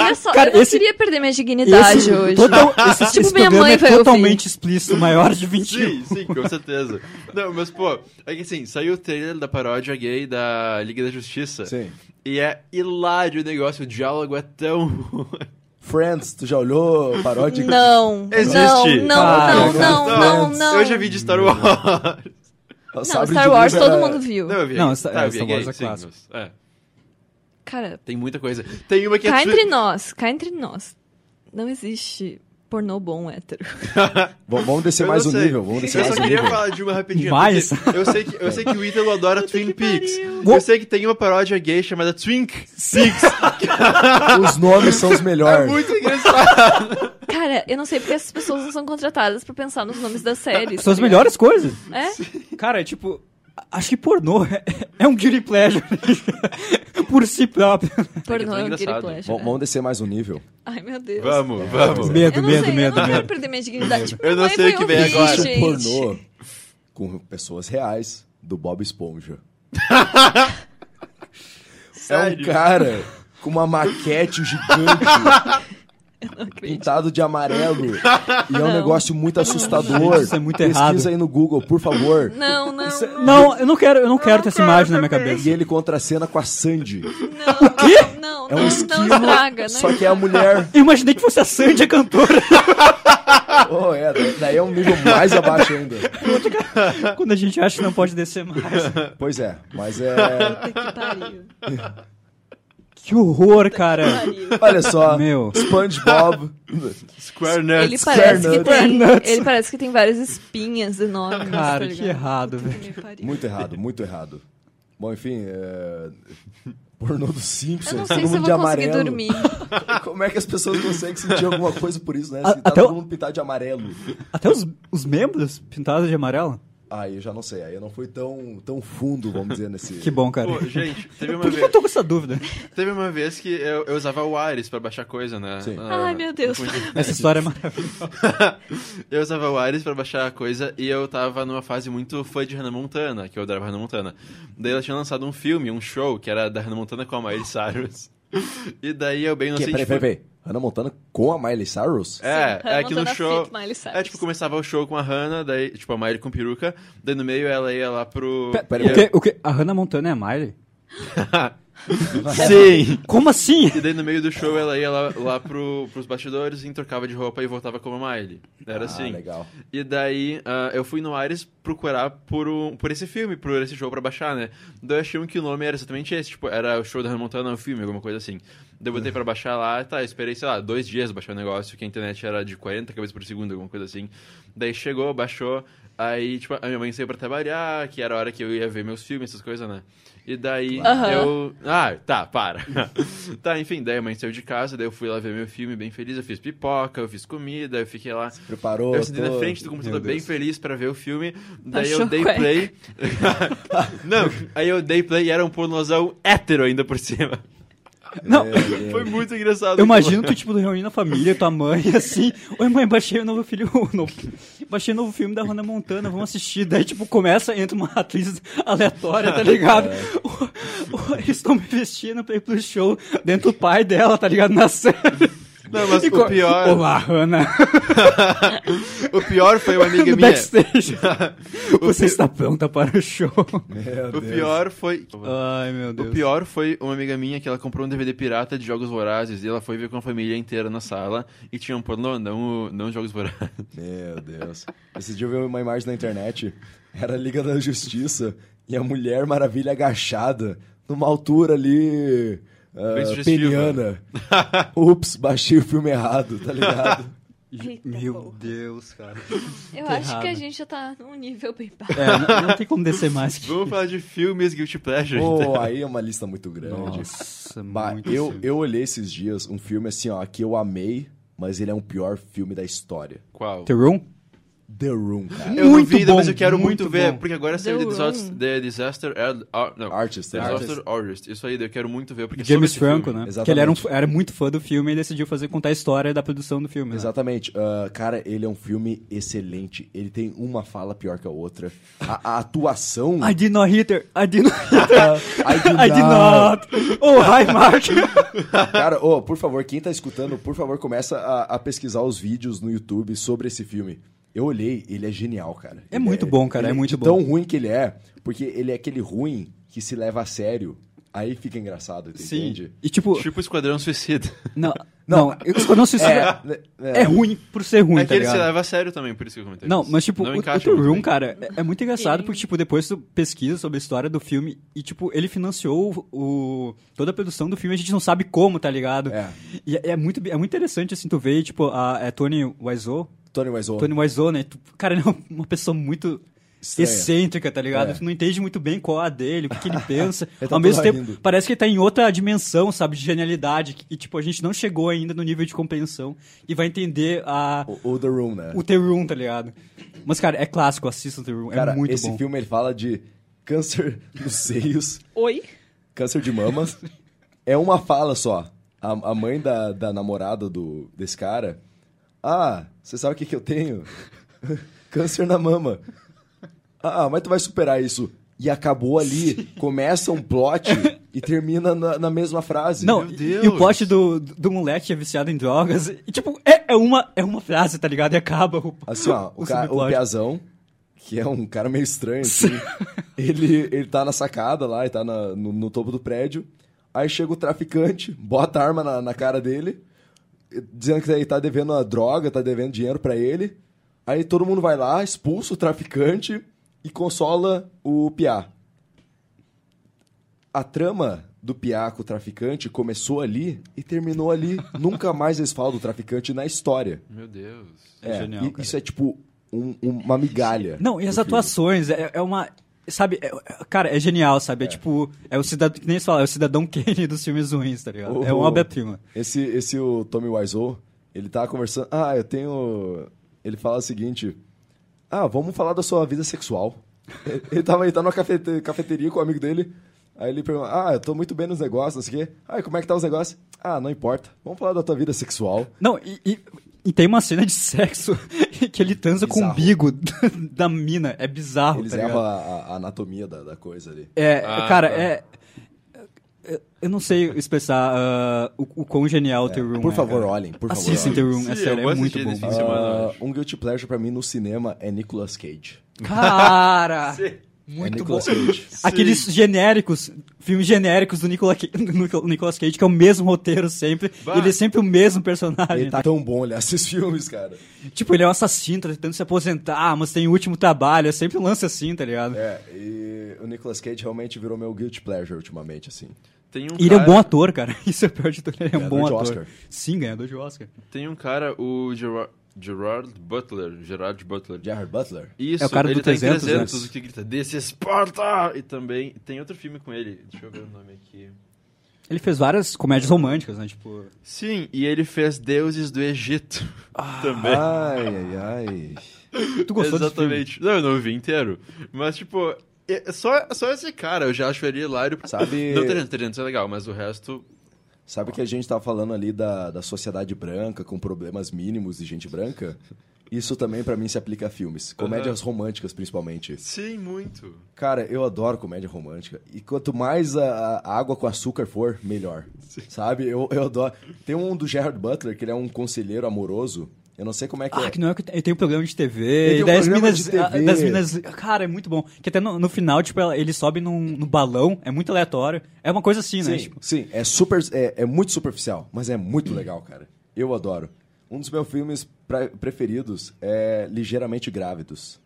S2: Olha só,
S4: Cara,
S2: eu não
S4: esse-
S2: queria perder minha dignidade
S4: esse,
S2: hoje.
S4: total- esse,
S2: Tipo,
S4: esse
S2: minha
S4: programa
S2: mãe
S4: é
S2: vai ouvir.
S4: totalmente explícito, maior de 21.
S1: Sim, sim, com certeza. Não, mas pô, é que assim, saiu o trailer da paródia gay da Liga da Justiça.
S3: Sim.
S1: E é hilário o negócio, o diálogo é tão. ruim.
S3: Friends, tu já olhou paródia?
S2: Não,
S1: Existe.
S2: não,
S4: Ah,
S2: não, não,
S3: cara.
S2: não, não, não.
S1: Eu já vi de Star Wars.
S3: Não,
S2: Não, Star Wars
S3: né?
S2: todo mundo viu.
S1: Não, eu vi.
S4: Não, Star-
S1: tá, eu
S4: é,
S1: vi
S4: Star
S1: gay,
S4: Wars é
S1: sim,
S4: clássico.
S1: mas- é,
S2: Cara,
S1: tem muita coisa. Tem uma que é.
S2: cá
S1: tsu-
S2: Tá entre nós, cá entre nós. Não existe pornô bom hétero.
S3: Vamos, vamos descer
S1: Eu
S3: mais um
S1: não sei.
S3: nível, vamos descer
S1: Eu
S3: mais
S1: só
S3: um
S1: queria
S3: nível.
S1: falar de uma rapidinha.
S4: Mais?
S1: porque Eu sei que, eu sei que o Ítalo adora Twin Peaks.
S4: Uou.
S1: Eu sei que tem uma paródia gay chamada Twink.
S3: Os nomes são os
S1: É
S3: melhores.
S1: muito engraçado.
S2: Cara, eu não sei porque essas pessoas não são contratadas pra pensar nos nomes das séries.
S4: São as
S2: tá ligado?
S4: melhores coisas.
S2: É?
S4: Cara, é tipo, a- acho que pornô é, é um guilty pleasure por si próprio.
S2: Pornô
S1: É
S2: é
S1: que é tão
S2: um guilty
S1: engraçado.
S2: pleasure.
S3: Vamos, vamos descer mais um nível.
S2: Ai, meu Deus.
S1: Vamos, vamos.
S4: Medo,
S2: Eu não
S4: medo,
S2: sei, eu
S4: medo,
S2: não
S4: medo.
S2: quero perder minha dignidade.
S1: É, Eu não
S2: Mãe,
S1: sei o
S2: vai
S1: que vem
S2: ouvir,
S1: agora.
S3: Existe um
S2: gente.
S3: pornô com pessoas reais do Bob Esponja. É um
S1: Sério?
S3: cara com uma maquete gigante,
S2: Eu não acredito.
S3: pintado de amarelo. E é um
S2: Não.
S3: negócio muito assustador.
S4: Isso é muito
S3: Pesquisa
S4: errado.
S3: aí no Google, por favor.
S2: Não, não, não,
S4: é Não, eu não quero, eu não quero ter essa imagem na minha cabeça.
S3: E ele contra a cena com a Sandy.
S2: não, não,
S3: É um
S2: não,
S3: esquilo,
S2: estraga. né? Não
S3: só que
S4: um-
S3: é a mulher.
S4: Eu imaginei que fosse a Sandy a cantora.
S3: Oh, é, daí é um nível mais abaixo ainda.
S4: Quando a gente acha que não pode descer mais.
S3: Pois é, mas é.
S2: Puta que pariu.
S4: Que horror, cara.
S2: pariu.
S3: Olha só,
S4: Meu.
S3: SpongeBob.
S1: Square
S2: Ele
S4: É
S1: Nuts.
S2: parece, que
S4: Nuts.
S2: tem, ele parece que tem várias espinhas enormes. tá
S4: Cara, que
S2: ligado?
S4: errado,
S2: Puta que
S4: velho.
S2: me pariu.
S3: Muito errado, muito errado. Bom, enfim, é... pornô do Simpsons,
S2: Eu não sei
S3: todo
S2: se eu
S3: mundo
S2: vou
S3: de
S2: conseguir
S3: amarelo.
S2: dormir.
S3: Como é que as pessoas conseguem sentir alguma coisa por isso, né?
S4: A-
S3: Se tá
S4: Ah, até
S3: todo
S4: o-
S3: mundo pintado de amarelo.
S4: Até os, os membros pintados de amarelo.
S3: Aí eu já não sei, aí eu não fui tão, tão fundo, vamos dizer, nesse.
S4: Que bom, cara.
S1: Pô, gente, teve uma,
S4: Por que que eu
S1: vez,
S4: tô com essa dúvida?
S1: teve uma vez que eu, eu usava o Ares pra baixar coisa, né?
S3: Sim.
S2: Ai, meu Deus.
S4: Essa história é maravilhosa.
S1: Eu usava o Ares pra baixar a coisa e eu tava numa fase muito fã de Hannah Montana, que eu adorava Hannah Montana. Daí ela tinha lançado um filme, um show, que era da Hannah Montana com a Miley Cyrus. E daí eu bem não
S3: Que,
S1: sei
S3: peraí, peraí, peraí. Hannah Montana com a Miley Cyrus?
S1: Assim, tipo, É,
S2: Sim,
S1: é que no
S2: Hannah
S1: show.
S2: Fit, Miley Cyrus.
S1: É, tipo, começava o show com a Hannah, daí, tipo, a Miley com peruca, daí no meio ela ia lá pro.
S4: Pe-
S3: pera-
S1: ia-
S4: o quê? O quê? A Hannah Montana é a Miley?
S1: Sim!
S4: Como assim?
S1: E daí no meio do show ela ia lá, lá pro, pros bastidores e trocava de roupa e voltava como a Miley. Era assim.
S3: Ah, legal.
S1: E daí ah, eu fui no Ares procurar por, um, por esse filme, por esse show pra baixar, né? Daí eu achei um que o nome era exatamente esse, tipo, era o show da Hannah Montana, um filme, alguma coisa assim. Daí eu botei pra baixar lá, tá, eu esperei, sei lá, dois dias baixar o negócio, que a internet era de 40 kbps por segundo, alguma coisa assim. Daí chegou, baixou, aí, tipo, a minha mãe saiu pra trabalhar, que era a hora que eu ia ver meus filmes, essas coisas, né? E daí
S2: Aham.
S1: eu... Ah, tá, para. tá, enfim, daí a mãe saiu de casa, daí eu fui lá ver meu filme bem feliz, eu fiz pipoca, eu fiz comida, eu fiquei lá.
S3: Preparou.
S1: eu sentei na
S3: tô-
S1: frente do computador
S3: Meu
S1: bem
S3: Deus.
S1: feliz pra ver o filme,
S4: Tá
S1: daí eu
S2: Achou
S1: dei
S2: cueca.
S1: play. Não, aí eu dei play e era um pornozão hétero ainda por cima.
S4: Não,
S3: É, é.
S1: Foi muito engraçado.
S4: eu imagino tu, tipo, reunindo a família, tua mãe, assim. Oi, mãe, baixei o novo filho. O novo, baixei o novo filme da Hannah Montana, vamos assistir. Daí, tipo, começa, entra uma atriz aleatória, tá ligado? O- o-
S1: É.
S4: eles estão me vestindo pra ir pro show dentro do pai dela, tá ligado? Na série.
S1: Não, mas
S4: E
S1: o
S4: co-
S1: pior,
S4: Olá, Hannah.
S1: o pior foi uma amiga
S4: No
S1: minha.
S4: backstage. Você está pronta para o show.
S3: Meu
S1: O
S3: Deus.
S1: pior foi
S4: Ai, meu
S1: O
S4: Deus.
S1: pior foi uma amiga minha que ela comprou um DVD pirata de Jogos Vorazes e ela foi ver com a família inteira na sala e tinha um pornô, não, o- não Jogos Vorazes.
S3: Meu Deus. Esse dia eu vi uma imagem na internet. Era a Liga da Justiça e a Mulher Maravilha agachada numa altura ali. ah,
S1: Bem sugestiva.
S3: peniana. Ups, baixei o filme errado, tá ligado?
S2: Eita,
S4: Meu
S2: porra.
S4: Deus, cara.
S2: Eu
S4: Tá
S2: acho que a
S4: errado.
S2: gente já tá num nível bem baixo.
S4: É, não, não tem como descer mais que.
S1: Vamos falar de filmes Guilty Pleasure. então.
S3: Pô, aí é uma lista muito grande.
S4: Nossa,
S3: Bah,
S4: muito
S3: eu,
S4: filme.
S3: eu olhei esses dias um filme assim, ó, que eu amei, mas ele é um pior filme da história.
S1: Qual?
S4: The Room?
S3: The Room, cara.
S1: Eu
S4: Muito
S1: não vi, ainda, mas
S4: bom,
S1: eu quero muito,
S4: muito
S1: ver,
S4: bom.
S1: porque agora é saiu
S2: The
S1: The, Disaster,
S2: Room.
S1: The Disaster Ad- Ar- não,
S3: Artist,
S1: The
S3: né?
S1: Disaster Artist. Isso aí, eu quero muito ver. Porque é sobre
S4: James
S1: esse
S4: Franco,
S1: filme.
S4: né?
S3: Exatamente.
S4: Que ele era, um- era muito fã do filme e decidiu fazer contar a história da produção do filme. né?
S3: Exatamente. Ah, cara, ele é um filme excelente. Ele tem uma fala pior que a outra. A, a atuação.
S1: Ah,
S4: I did not hit her. I did not.
S3: Ah, I did
S4: I did
S3: not.
S4: not. Oh, hi, Mark.
S3: Cara, ô, por favor, quem tá escutando, por favor, começa a, a pesquisar os vídeos no YouTube sobre esse filme. Eu olhei, ele é genial, cara.
S4: É
S3: Ele
S4: muito bom, cara,
S3: ele
S4: é muito
S3: de
S4: bom.
S3: Tão ruim que ele é, porque ele é aquele ruim que se leva a sério. Aí fica engraçado, tu entende?
S4: E tipo,
S1: Tipo Esquadrão Suicida.
S4: não, não, Esquadrão Suicida
S3: né,
S4: é, ruim por ser
S1: é
S4: ruim, tá
S1: que ele
S4: ligado?
S1: se leva a sério também, por isso que eu comentei.
S4: Não, mas tipo,
S1: Não
S4: o, o
S1: encaixa
S4: The
S1: muito
S4: Room,
S1: bem.
S4: cara, é, é muito engraçado porque, tipo, depois tu pesquisa sobre a história do filme e, tipo, ele financiou o, o- toda a produção do filme, a gente não sabe como, tá ligado?
S3: É.
S4: E é, é muito, bi- é muito interessante, assim, tu vê, tipo, a, é Tony Wiseau,
S3: Tony Wiseau.
S4: Tony Wiseau, né? Tu- cara, ele é uma pessoa muito
S3: Estranha.
S4: excêntrica, tá ligado?
S3: É.
S4: Tu não entende muito bem qual é a dele, o que, que ele pensa.
S3: Ele tá
S4: Ao mesmo
S3: todo
S4: tempo,
S3: rindo.
S4: parece que ele tá em outra dimensão, sabe? De genialidade. que- E, tipo, a gente não chegou ainda no nível de compreensão e vai entender a,
S3: O, o The Room, né?
S4: o The Room, tá ligado? Mas, cara, é clássico, assista o The Room,
S3: cara,
S4: é muito
S3: esse
S4: bom.
S3: filme ele fala de câncer nos seios,
S2: Oi?
S3: câncer de mamas. é uma fala só. A, a mãe da, da namorada do, desse cara. Ah, você sabe o que, que eu tenho? câncer na mama. Ah, mas tu vai superar isso. E acabou ali. Começa um plot e termina na, na mesma frase.
S4: Não,
S1: Meu
S4: e,
S1: Deus.
S4: e o plot do, do moleque que é viciado em drogas, e, tipo, é, é uma, é uma frase, tá ligado? E acaba o
S3: Assim, ó, o, ca- o
S4: subplot.
S3: Piazão, que é um cara meio estranho, assim, ele, ele tá na sacada lá, ele tá na- no, no topo do prédio. Aí chega o traficante, bota a arma na, na cara dele, dizendo que ele tá devendo a droga, tá devendo dinheiro pra ele. Aí todo mundo vai lá, expulsa o traficante e consola o Piá. A trama do Piá com o traficante começou ali e terminou ali. Nunca mais eles falam do traficante na história.
S1: Meu Deus.
S4: É genial,
S3: e-
S4: cara.
S3: Isso é tipo um- um- uma migalha.
S4: Não, e as
S3: do
S4: atuações, é, é uma. Sabe, é- é- cara, é genial, sabe? É, tipo, é o cidadão, que nem se fala, é o cidadão Kane dos filmes ruins, tá ligado?
S3: O-
S4: É uma obra-prima.
S3: filme. Esse, esse o Tommy Wiseau, ele tá conversando. Ah, eu tenho. Ele fala o seguinte. Ah, vamos falar da sua vida sexual. Ele- Ele tava, ele tá numa cafete- cafeteria com o amigo dele. Aí ele pergunta: Ah, eu tô muito bem nos negócios, não sei o quê. Ah, e como é que tá os negócios? Ah, não importa. Vamos falar da tua vida sexual.
S4: Não, e, e- e tem uma cena de sexo que ele transa com o
S3: Bizarro.
S4: umbigo da mina. É bizarro,
S3: Eles
S4: tá
S3: erram
S4: ligado?
S3: a, a- a anatomia da, da coisa ali.
S4: É,
S1: Ah,
S4: cara,
S1: tá.
S4: é. é- Eu não sei expressar ah, o, o quão genial o The Room
S3: Por
S4: é,
S3: favor,
S4: cara.
S3: olhem, por favor.
S4: Assistem The
S3: olhem.
S4: Room,
S1: Sim,
S4: é
S1: eu
S4: sério,
S1: vou
S4: é muito
S1: assistir
S4: bom.
S1: esse
S4: cara.
S1: filme. semana, eu
S3: Ah, um guilty pleasure pra mim no cinema é Nicolas Cage.
S4: Cara!
S3: é
S4: Muito bom.
S3: Nicolas Cage.
S4: Ah. Aqueles genéricos, filmes genéricos do Nicola- do Nicolas, Cage, que é o mesmo roteiro sempre.
S1: Bah.
S4: Ele é sempre o mesmo personagem.
S3: Ele tá tão bom olhar esses filmes, cara.
S4: Tipo, ele é um assassino, tá tentando se aposentar, mas tem o último trabalho. É sempre um lance assim, tá ligado?
S3: É, e o Nicolas Cage realmente virou meu guilty pleasure ultimamente, assim.
S1: Tem um
S4: E ele é um
S1: cara-
S4: bom ator, cara. Isso é o pior de tudo. Ele é um
S3: Ganhador
S4: bom
S3: de
S4: ator.
S3: Oscar.
S4: Sim, ganhador de Oscar.
S1: Tem um cara, o Gerard, Gerard Butler. Gerard Butler.
S3: Gerard Butler.
S1: Isso,
S4: É o cara
S1: ele
S4: do
S1: tá em
S4: 300, né?
S1: 300 o que grita, desse Esparta! E também tem outro filme com ele. Deixa eu ver o nome aqui.
S4: Ele fez várias comédias românticas, né? Tipo.
S1: Sim, e ele fez Deuses do Egito também.
S3: Ai, ai, ai.
S4: Tu gostou desse filme?
S1: Exatamente. Não, eu não vi inteiro. Mas, tipo, é- só, só esse cara eu já acho ele hilário.
S3: Sabe-
S1: Não, 300, 300 é legal, mas o resto...
S3: Sabe que a gente tá falando ali da, da sociedade branca, com problemas mínimos de gente branca? Isso também pra mim se aplica a filmes. Comédias românticas, principalmente.
S1: Sim, muito.
S3: Cara, eu adoro comédia romântica. E quanto mais a, a água com açúcar for, melhor. Sabe? Eu, eu adoro. Tem um do Gerard Butler, que ele é um conselheiro amoroso. Eu não sei como é que
S4: Ah,
S3: é.
S4: que não é que tem, tem um programa de
S3: Ele
S4: TV.
S3: tem
S4: E
S3: um
S4: das
S3: programa
S4: minas,
S3: de TV.
S4: ah, das minas. Cara, é muito bom. Que até no, no final, tipo, ela- ele sobe num, no balão, é muito aleatório. É uma coisa assim,
S3: Sim,
S4: né? Tipo,
S3: sim, é super, é, é muito superficial, mas é muito legal, cara. Eu adoro. Um dos meus filmes pra- preferidos é Ligeiramente Grávidos,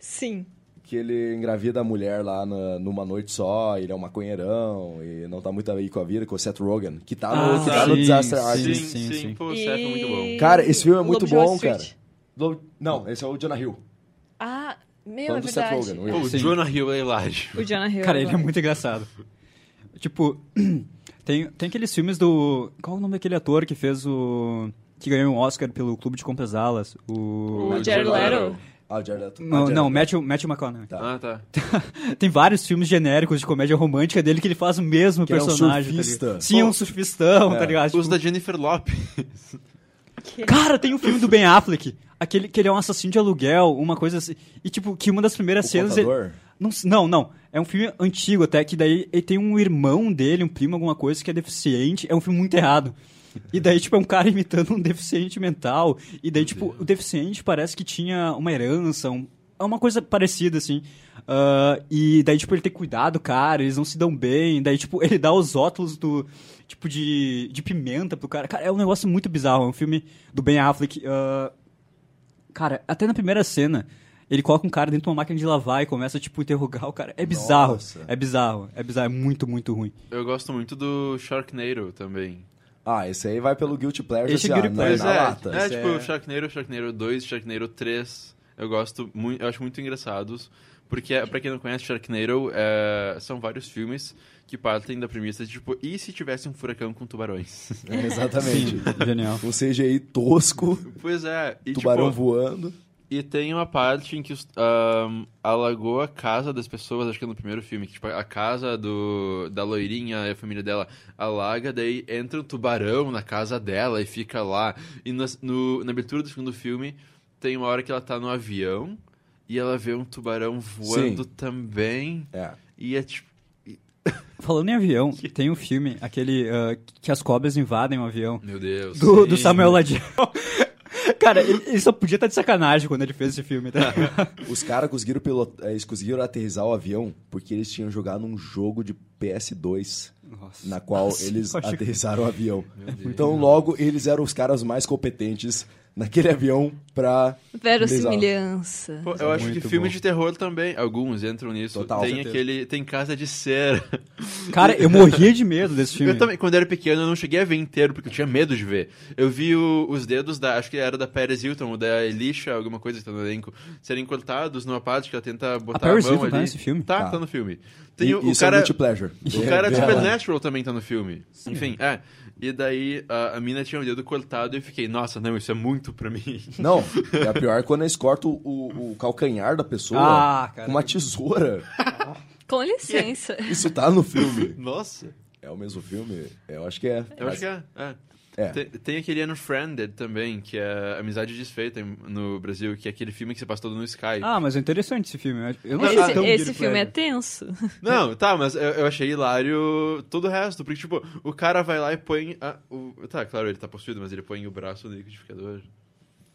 S2: Sim.
S3: que ele engravida a mulher lá na- numa noite só, ele é um maconheirão e não tá muito aí com a vida, com o Seth Rogen, que tá no,
S4: Ah,
S3: que tá no
S4: sim,
S3: Disaster
S4: sim.
S1: sim,
S3: Artist.
S1: sim,
S4: sim, sim.
S1: Pô, o Seth é muito bom.
S2: E-
S3: Cara, esse filme é muito
S2: Lobo de Wall
S3: bom,
S2: Street.
S3: cara. Lo- Não, esse é o Jonah Hill.
S2: Ah, meu,
S3: Falando do
S2: é
S3: Seth
S2: verdade.
S3: Rogen,
S1: Pô, o
S4: Sim.
S1: Jonah Hill é hilário.
S2: O Jonah Hill.
S4: cara, ele é
S2: agora.
S4: muito engraçado. Tipo, tem, tem aqueles filmes do. Qual o nome daquele ator que fez o. que ganhou um Oscar pelo Clube de Compras Alas? O.
S2: O Jared Leto.
S3: Ah, o Jared Leto. Ah, o
S4: Não,
S3: Jared
S4: não,
S3: Leto.
S4: Matthew, Matthew McConaughey.
S3: Tá.
S1: Ah, tá.
S4: Tem vários filmes genéricos de comédia romântica dele que ele faz o mesmo
S3: Que é um
S4: personagem. tá
S3: surfista.
S4: ligado? Sim, é um surfistão,
S3: É.
S4: tá ligado?
S1: Os
S4: Tipo,
S1: da Jennifer Lopez.
S4: Cara, tem um filme do Ben Affleck. Aquele que ele é um assassino de aluguel, uma coisa assim. E tipo, que uma das primeiras
S3: O
S4: cenas.
S3: contador?
S4: ele- Não, s- não, não. É um filme antigo até, que daí ele tem um irmão dele, um primo, alguma coisa, que é deficiente. É um filme muito errado. E daí, tipo, é um cara imitando um deficiente mental. E daí, tipo, o deficiente parece que tinha uma herança, um- é uma coisa parecida, assim. Ah, e daí, tipo, ele tem cuidado, cara, eles não se dão bem. Daí, tipo, ele dá os óculos do. Tipo, de, de pimenta pro cara. Cara, é um negócio muito bizarro. É um filme do Ben Affleck. ah, Cara, até na primeira cena, ele coloca um cara dentro de uma máquina de lavar e começa, tipo, a interrogar o cara. É bizarro.
S3: Nossa.
S4: É bizarro. É bizarro. É muito, muito ruim.
S1: Eu gosto muito do Sharknado também.
S3: Ah, esse aí vai pelo Guilty Pleasure,
S4: Esse
S3: assim, ah,
S4: Guilty
S3: na,
S1: Pois
S3: na
S1: é,
S3: lata. assim.
S1: é
S4: Isso
S1: tipo
S4: é-
S1: Sharknado, Sharknado 2, Sharknado 3. Eu gosto muito, eu acho muito engraçados, porque é- pra quem não conhece Sharknado, é, são vários filmes que partem da premissa de tipo, e se tivesse um furacão com tubarões?
S3: É, exatamente.
S4: Genial.
S3: Um CGI tosco,
S1: pois é, e
S3: tubarão
S1: tipo,
S3: voando.
S1: e tem uma parte em que os- ahn, a lagoa, a casa das pessoas, acho que é no primeiro filme, que tipo, a casa do, da loirinha e a família dela alaga, daí entra um tubarão na casa dela e fica lá. E nas- no- na abertura do segundo filme, tem uma hora que ela tá no avião e ela vê um tubarão voando também.
S3: É.
S1: E é tipo.
S4: Falando em avião, tem um filme, aquele ah, que as cobras invadem um avião,
S1: Meu Deus.
S4: do, do
S1: sim.
S4: Samuel Ladiel. Cara, ele, ele só podia estar de sacanagem quando ele fez esse filme, tá?
S3: Os caras conseguiram, pilot... eh, eles conseguiram aterrissar o avião porque eles tinham jogado um jogo de PS2
S4: Nossa.
S3: na qual
S4: Nossa,
S3: eles
S4: eu acho que-
S3: aterrissaram o avião. Então, logo, eles eram os caras mais competentes naquele avião pra.
S2: Verossimilhança.
S1: Pô, eu acho que
S4: Muito
S1: filmes
S4: bom.
S1: de terror também, alguns entram nisso.
S3: Total. Com
S1: tem
S3: certeza.
S1: aquele. Tem Casa de Cera.
S4: Cara, eu morria de medo desse filme.
S1: Eu também, quando eu era pequeno, eu não cheguei a ver inteiro, porque eu tinha medo de ver. Eu vi o- os dedos da, acho que era da Paris Hilton, ou da Elisha, alguma coisa que tá no elenco, serem cortados numa parte que ela tenta botar a,
S4: Paris
S1: mão
S4: Hilton
S1: ali.
S4: tá nesse filme?
S1: Tá,
S3: Tá.
S1: tá no filme. Tem
S3: E-
S1: o, o
S3: isso é
S1: cara...
S3: multi pleasure.
S1: O cara tipo, de Supernatural também tá no filme. Enfim, é. E daí a, a mina tinha o dedo cortado e eu fiquei, nossa, não, isso é muito pra mim.
S3: Não, é a pior quando eles cortam o, o calcanhar da pessoa
S4: Ah, cara.
S3: com uma tesoura.
S2: Com licença.
S3: Isso tá no filme.
S1: Nossa.
S3: É o mesmo filme? Eu acho que é.
S1: Eu acho que é. é.
S3: É.
S1: Tem, tem aquele Unfriended também, que é Amizade Desfeita em- no Brasil, que é aquele filme que você passa todo no Skype.
S4: Ah, mas é interessante esse filme. Eu não achei
S2: Esse,
S4: tão
S2: esse
S4: guilty
S2: filme é
S4: pleasure.
S2: tenso.
S1: Não, tá, mas eu, eu achei hilário todo o resto, porque, tipo, o cara vai lá e põe. a- o- tá, claro, ele tá possuído, mas ele põe o braço no liquidificador.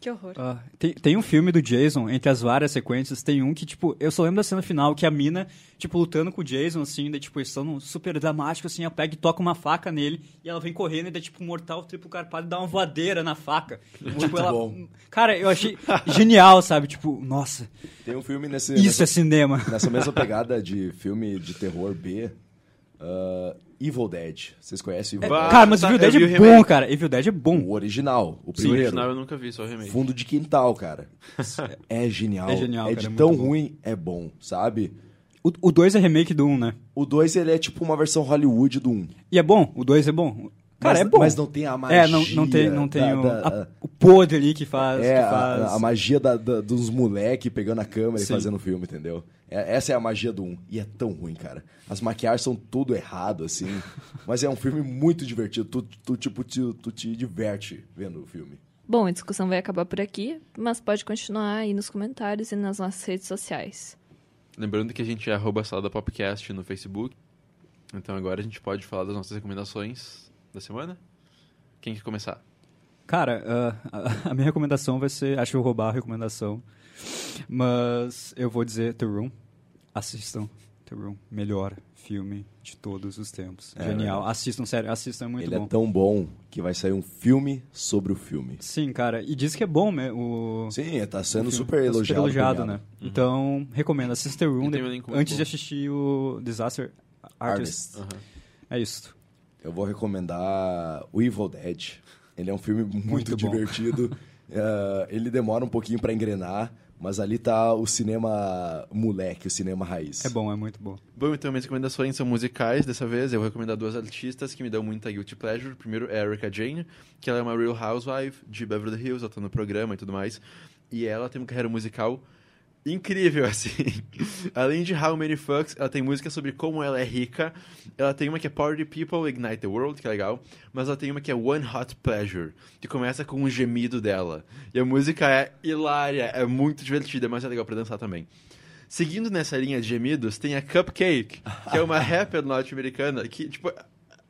S2: Que horror.
S4: Ah, tem, tem um filme do Jason, entre as várias sequências, tem um que, tipo, eu só lembro da cena final, que a mina, tipo, lutando com o Jason, assim, daí, tipo, eles estão num super dramático, assim, ela pega e toca uma faca nele, e ela vem correndo, e daí, tipo, um mortal triplo carpado e dá uma voadeira na faca. E, tipo, ela...
S3: bom.
S4: Cara, eu achei genial, sabe? Tipo, nossa,
S3: Tem um filme nesse.
S4: isso é cinema.
S3: Nessa mesma pegada de filme de terror B, ah, Evil Dead. Vocês conhecem Evil
S1: Bah,
S4: cara, mas
S1: tá,
S4: Evil
S1: eu
S4: Dead
S1: vi
S4: é
S1: o
S4: bom,
S1: remake.
S4: cara. Evil Dead é
S3: Dead?
S4: bom.
S3: O original,
S1: Sim,
S3: o
S1: o
S3: primeiro.
S1: original eu nunca vi, só o remake.
S3: Fundo de quintal, cara. É genial.
S4: É genial,
S3: É
S4: cara,
S3: de
S4: é muito
S3: tão
S4: bom.
S3: ruim, é bom, sabe?
S4: O 2 é remake do 1, um, né?
S3: O 2, ele é tipo uma versão Hollywood do 1. Um.
S4: E é bom, o 2 é bom. Cara,
S3: mas,
S4: é bom.
S3: Mas não tem a magia.
S4: É, não, não tem, não tem
S3: da-
S4: o,
S3: da-
S4: a- o podre ali que faz.
S3: é,
S4: que
S3: a-
S4: faz.
S3: A, magia da- da- dos moleque pegando a câmera
S4: Sim.
S3: e fazendo o filme, entendeu? É- essa é a magia do 1. E é tão ruim, cara. As maquiagens são tudo errado, assim. mas é um filme muito divertido. Tu, tu, tipo, te- tu te diverte vendo o filme.
S2: Bom, a discussão vai acabar por aqui, mas pode continuar aí nos comentários e nas nossas redes sociais.
S1: Lembrando que a gente é arroba salada popcast no Facebook. Então agora a gente pode falar das nossas recomendações da semana. Quem quer começar?
S4: Cara, ah, a, a minha recomendação vai ser. Acho que eu vou roubar a recomendação. Mas eu vou dizer The Room. Assistam The Room. Melhor filme de todos os tempos. Genial. Assistam, sério. Assistam, é muito
S3: ele
S4: bom.
S3: é tão bom que vai sair um filme sobre o filme.
S4: Sim, cara. E diz que é bom né, o.
S3: Sim, tá
S4: o
S3: sendo
S4: filme.
S3: super elogiado.
S4: Super elogiado,
S3: premiado.
S4: né? Então, recomendo. Assista The Room
S1: E tem
S4: de-
S1: um link muito
S4: antes
S1: bom.
S4: de assistir o Disaster Artist.
S3: Artist.
S1: Aham.
S4: É isso.
S3: Eu vou recomendar O Evil Dead. Ele é um filme muito,
S4: Muito bom.
S3: divertido. Eh, ele demora um pouquinho pra engrenar, mas ali tá o cinema moleque, o cinema raiz.
S4: É bom, é muito bom.
S1: Bom, então minhas recomendações são musicais. Dessa vez eu vou recomendar duas artistas que me dão muita guilty pleasure. O primeiro é a Erica Jane, que ela é uma real housewife de Beverly Hills, ela tá no programa e tudo mais. E ela tem uma carreira musical incrível, assim. Além de How Many Fucks, ela tem música sobre como ela é rica. Ela tem uma que é Party People, Ignite the World, que é legal. Mas ela tem uma que é One Hot Pleasure, que começa com um gemido dela. E a música é hilária, é muito divertida, mas é legal pra dançar também. Seguindo nessa linha de gemidos, tem a Cupcake, que é uma rapper norte-americana que, tipo,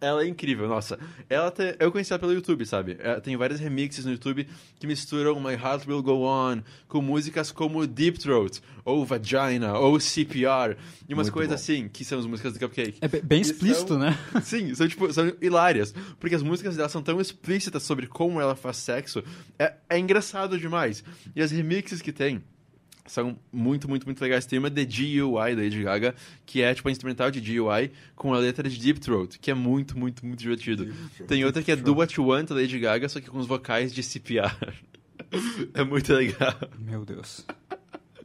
S1: ela é incrível, nossa. Ela tem- eu conheci ela pelo YouTube, sabe? É, Tem vários remixes no YouTube que misturam My Heart Will Go On com músicas como Deep Throat, ou Vagina, ou CPR, e umas
S3: Muito
S1: coisas
S3: bom.
S1: assim, que são as músicas do Cupcake.
S4: É be- bem
S1: Isso é
S4: explícito,
S1: um-
S4: né?
S1: Sim, são, tipo, são hilárias. Porque as músicas dela são tão explícitas sobre como ela faz sexo. É, é engraçado demais. E as remixes que tem são muito, muito, muito legais. Tem uma de DUI da Lady Gaga, que é tipo a instrumental de DUI com a letra de Deep Throat, que é muito, muito, muito divertido. Tem outra que é Do What You Want da Lady Gaga, só que com os vocais de CPR. é muito legal.
S4: Meu Deus.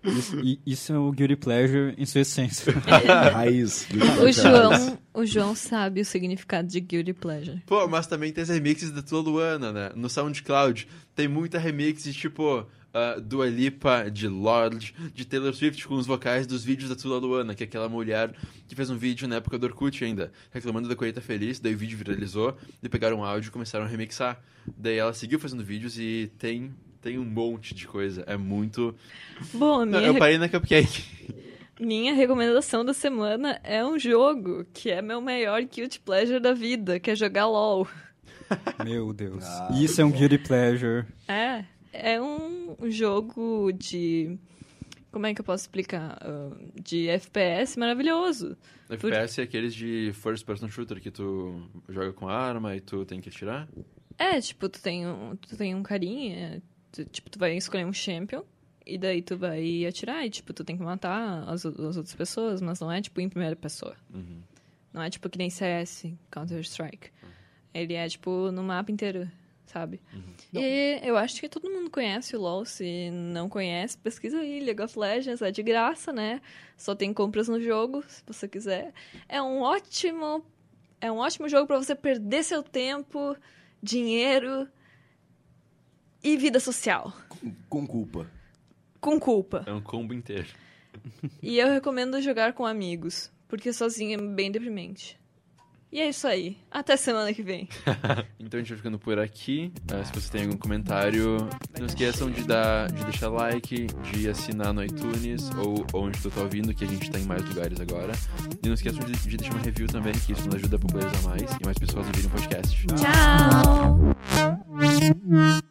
S4: Isso, i- isso é o Guilty Pleasure em sua essência.
S3: A raiz. do
S2: O
S3: Evil Dead.
S2: João, o João sabe o significado de guilty pleasure.
S1: Pô, mas também tem as remixes da Tua Luana, né? No SoundCloud tem muita remix de tipo do Dua Lipa, de Lorde, de Taylor Swift com os vocais dos vídeos da Tua Luana, que é aquela mulher que fez um vídeo na época do Orkut ainda, reclamando da colheita feliz, daí o vídeo viralizou, e pegaram um áudio e começaram a remixar. Daí ela seguiu fazendo vídeos e tem tem um monte de coisa. É muito.
S2: Bom, a
S1: Não,
S2: minha,
S1: eu parei na Cupcake.
S2: minha recomendação da semana é um jogo que é meu maior guilty pleasure da vida, que é jogar LOL.
S4: Meu Deus.
S3: Ah,
S4: isso é um Guilty Pleasure.
S2: É, é um jogo de. Como é que eu posso explicar? Ah, De FPS maravilhoso.
S1: FPS é aqueles de first person shooter que tu joga com arma e tu tem que atirar.
S2: É, tipo, tu tem um, tu tem um carinha, tu- tipo, tu vai escolher um champion, e daí tu vai atirar, e tipo, tu tem que matar as, o- as outras pessoas, mas não é tipo em primeira pessoa.
S1: Uhum.
S2: Não é tipo que nem CS, Counter-Strike. Ele é tipo no mapa inteiro, sabe? E eu acho que todo mundo conhece o LoL, se não conhece, pesquisa aí, League of Legends, é de graça, né? Só tem compras no jogo, se você quiser. É um ótimo é um ótimo jogo pra você perder seu tempo, dinheiro e vida social,
S3: Com culpa.
S2: com culpa.
S1: É um combo inteiro.
S2: E eu recomendo jogar com amigos, porque sozinho é bem deprimente. E é isso aí. Até semana que vem.
S1: Então a gente vai ficando por aqui. Ah, se você tem algum comentário, não esqueçam de dar, de deixar like, de assinar no iTunes ou onde tu tá ouvindo, que a gente tá em mais lugares agora. E não esqueçam de, de deixar uma review também, que isso nos ajuda a popularizar mais e mais pessoas ouvirem o podcast.
S2: Tchau!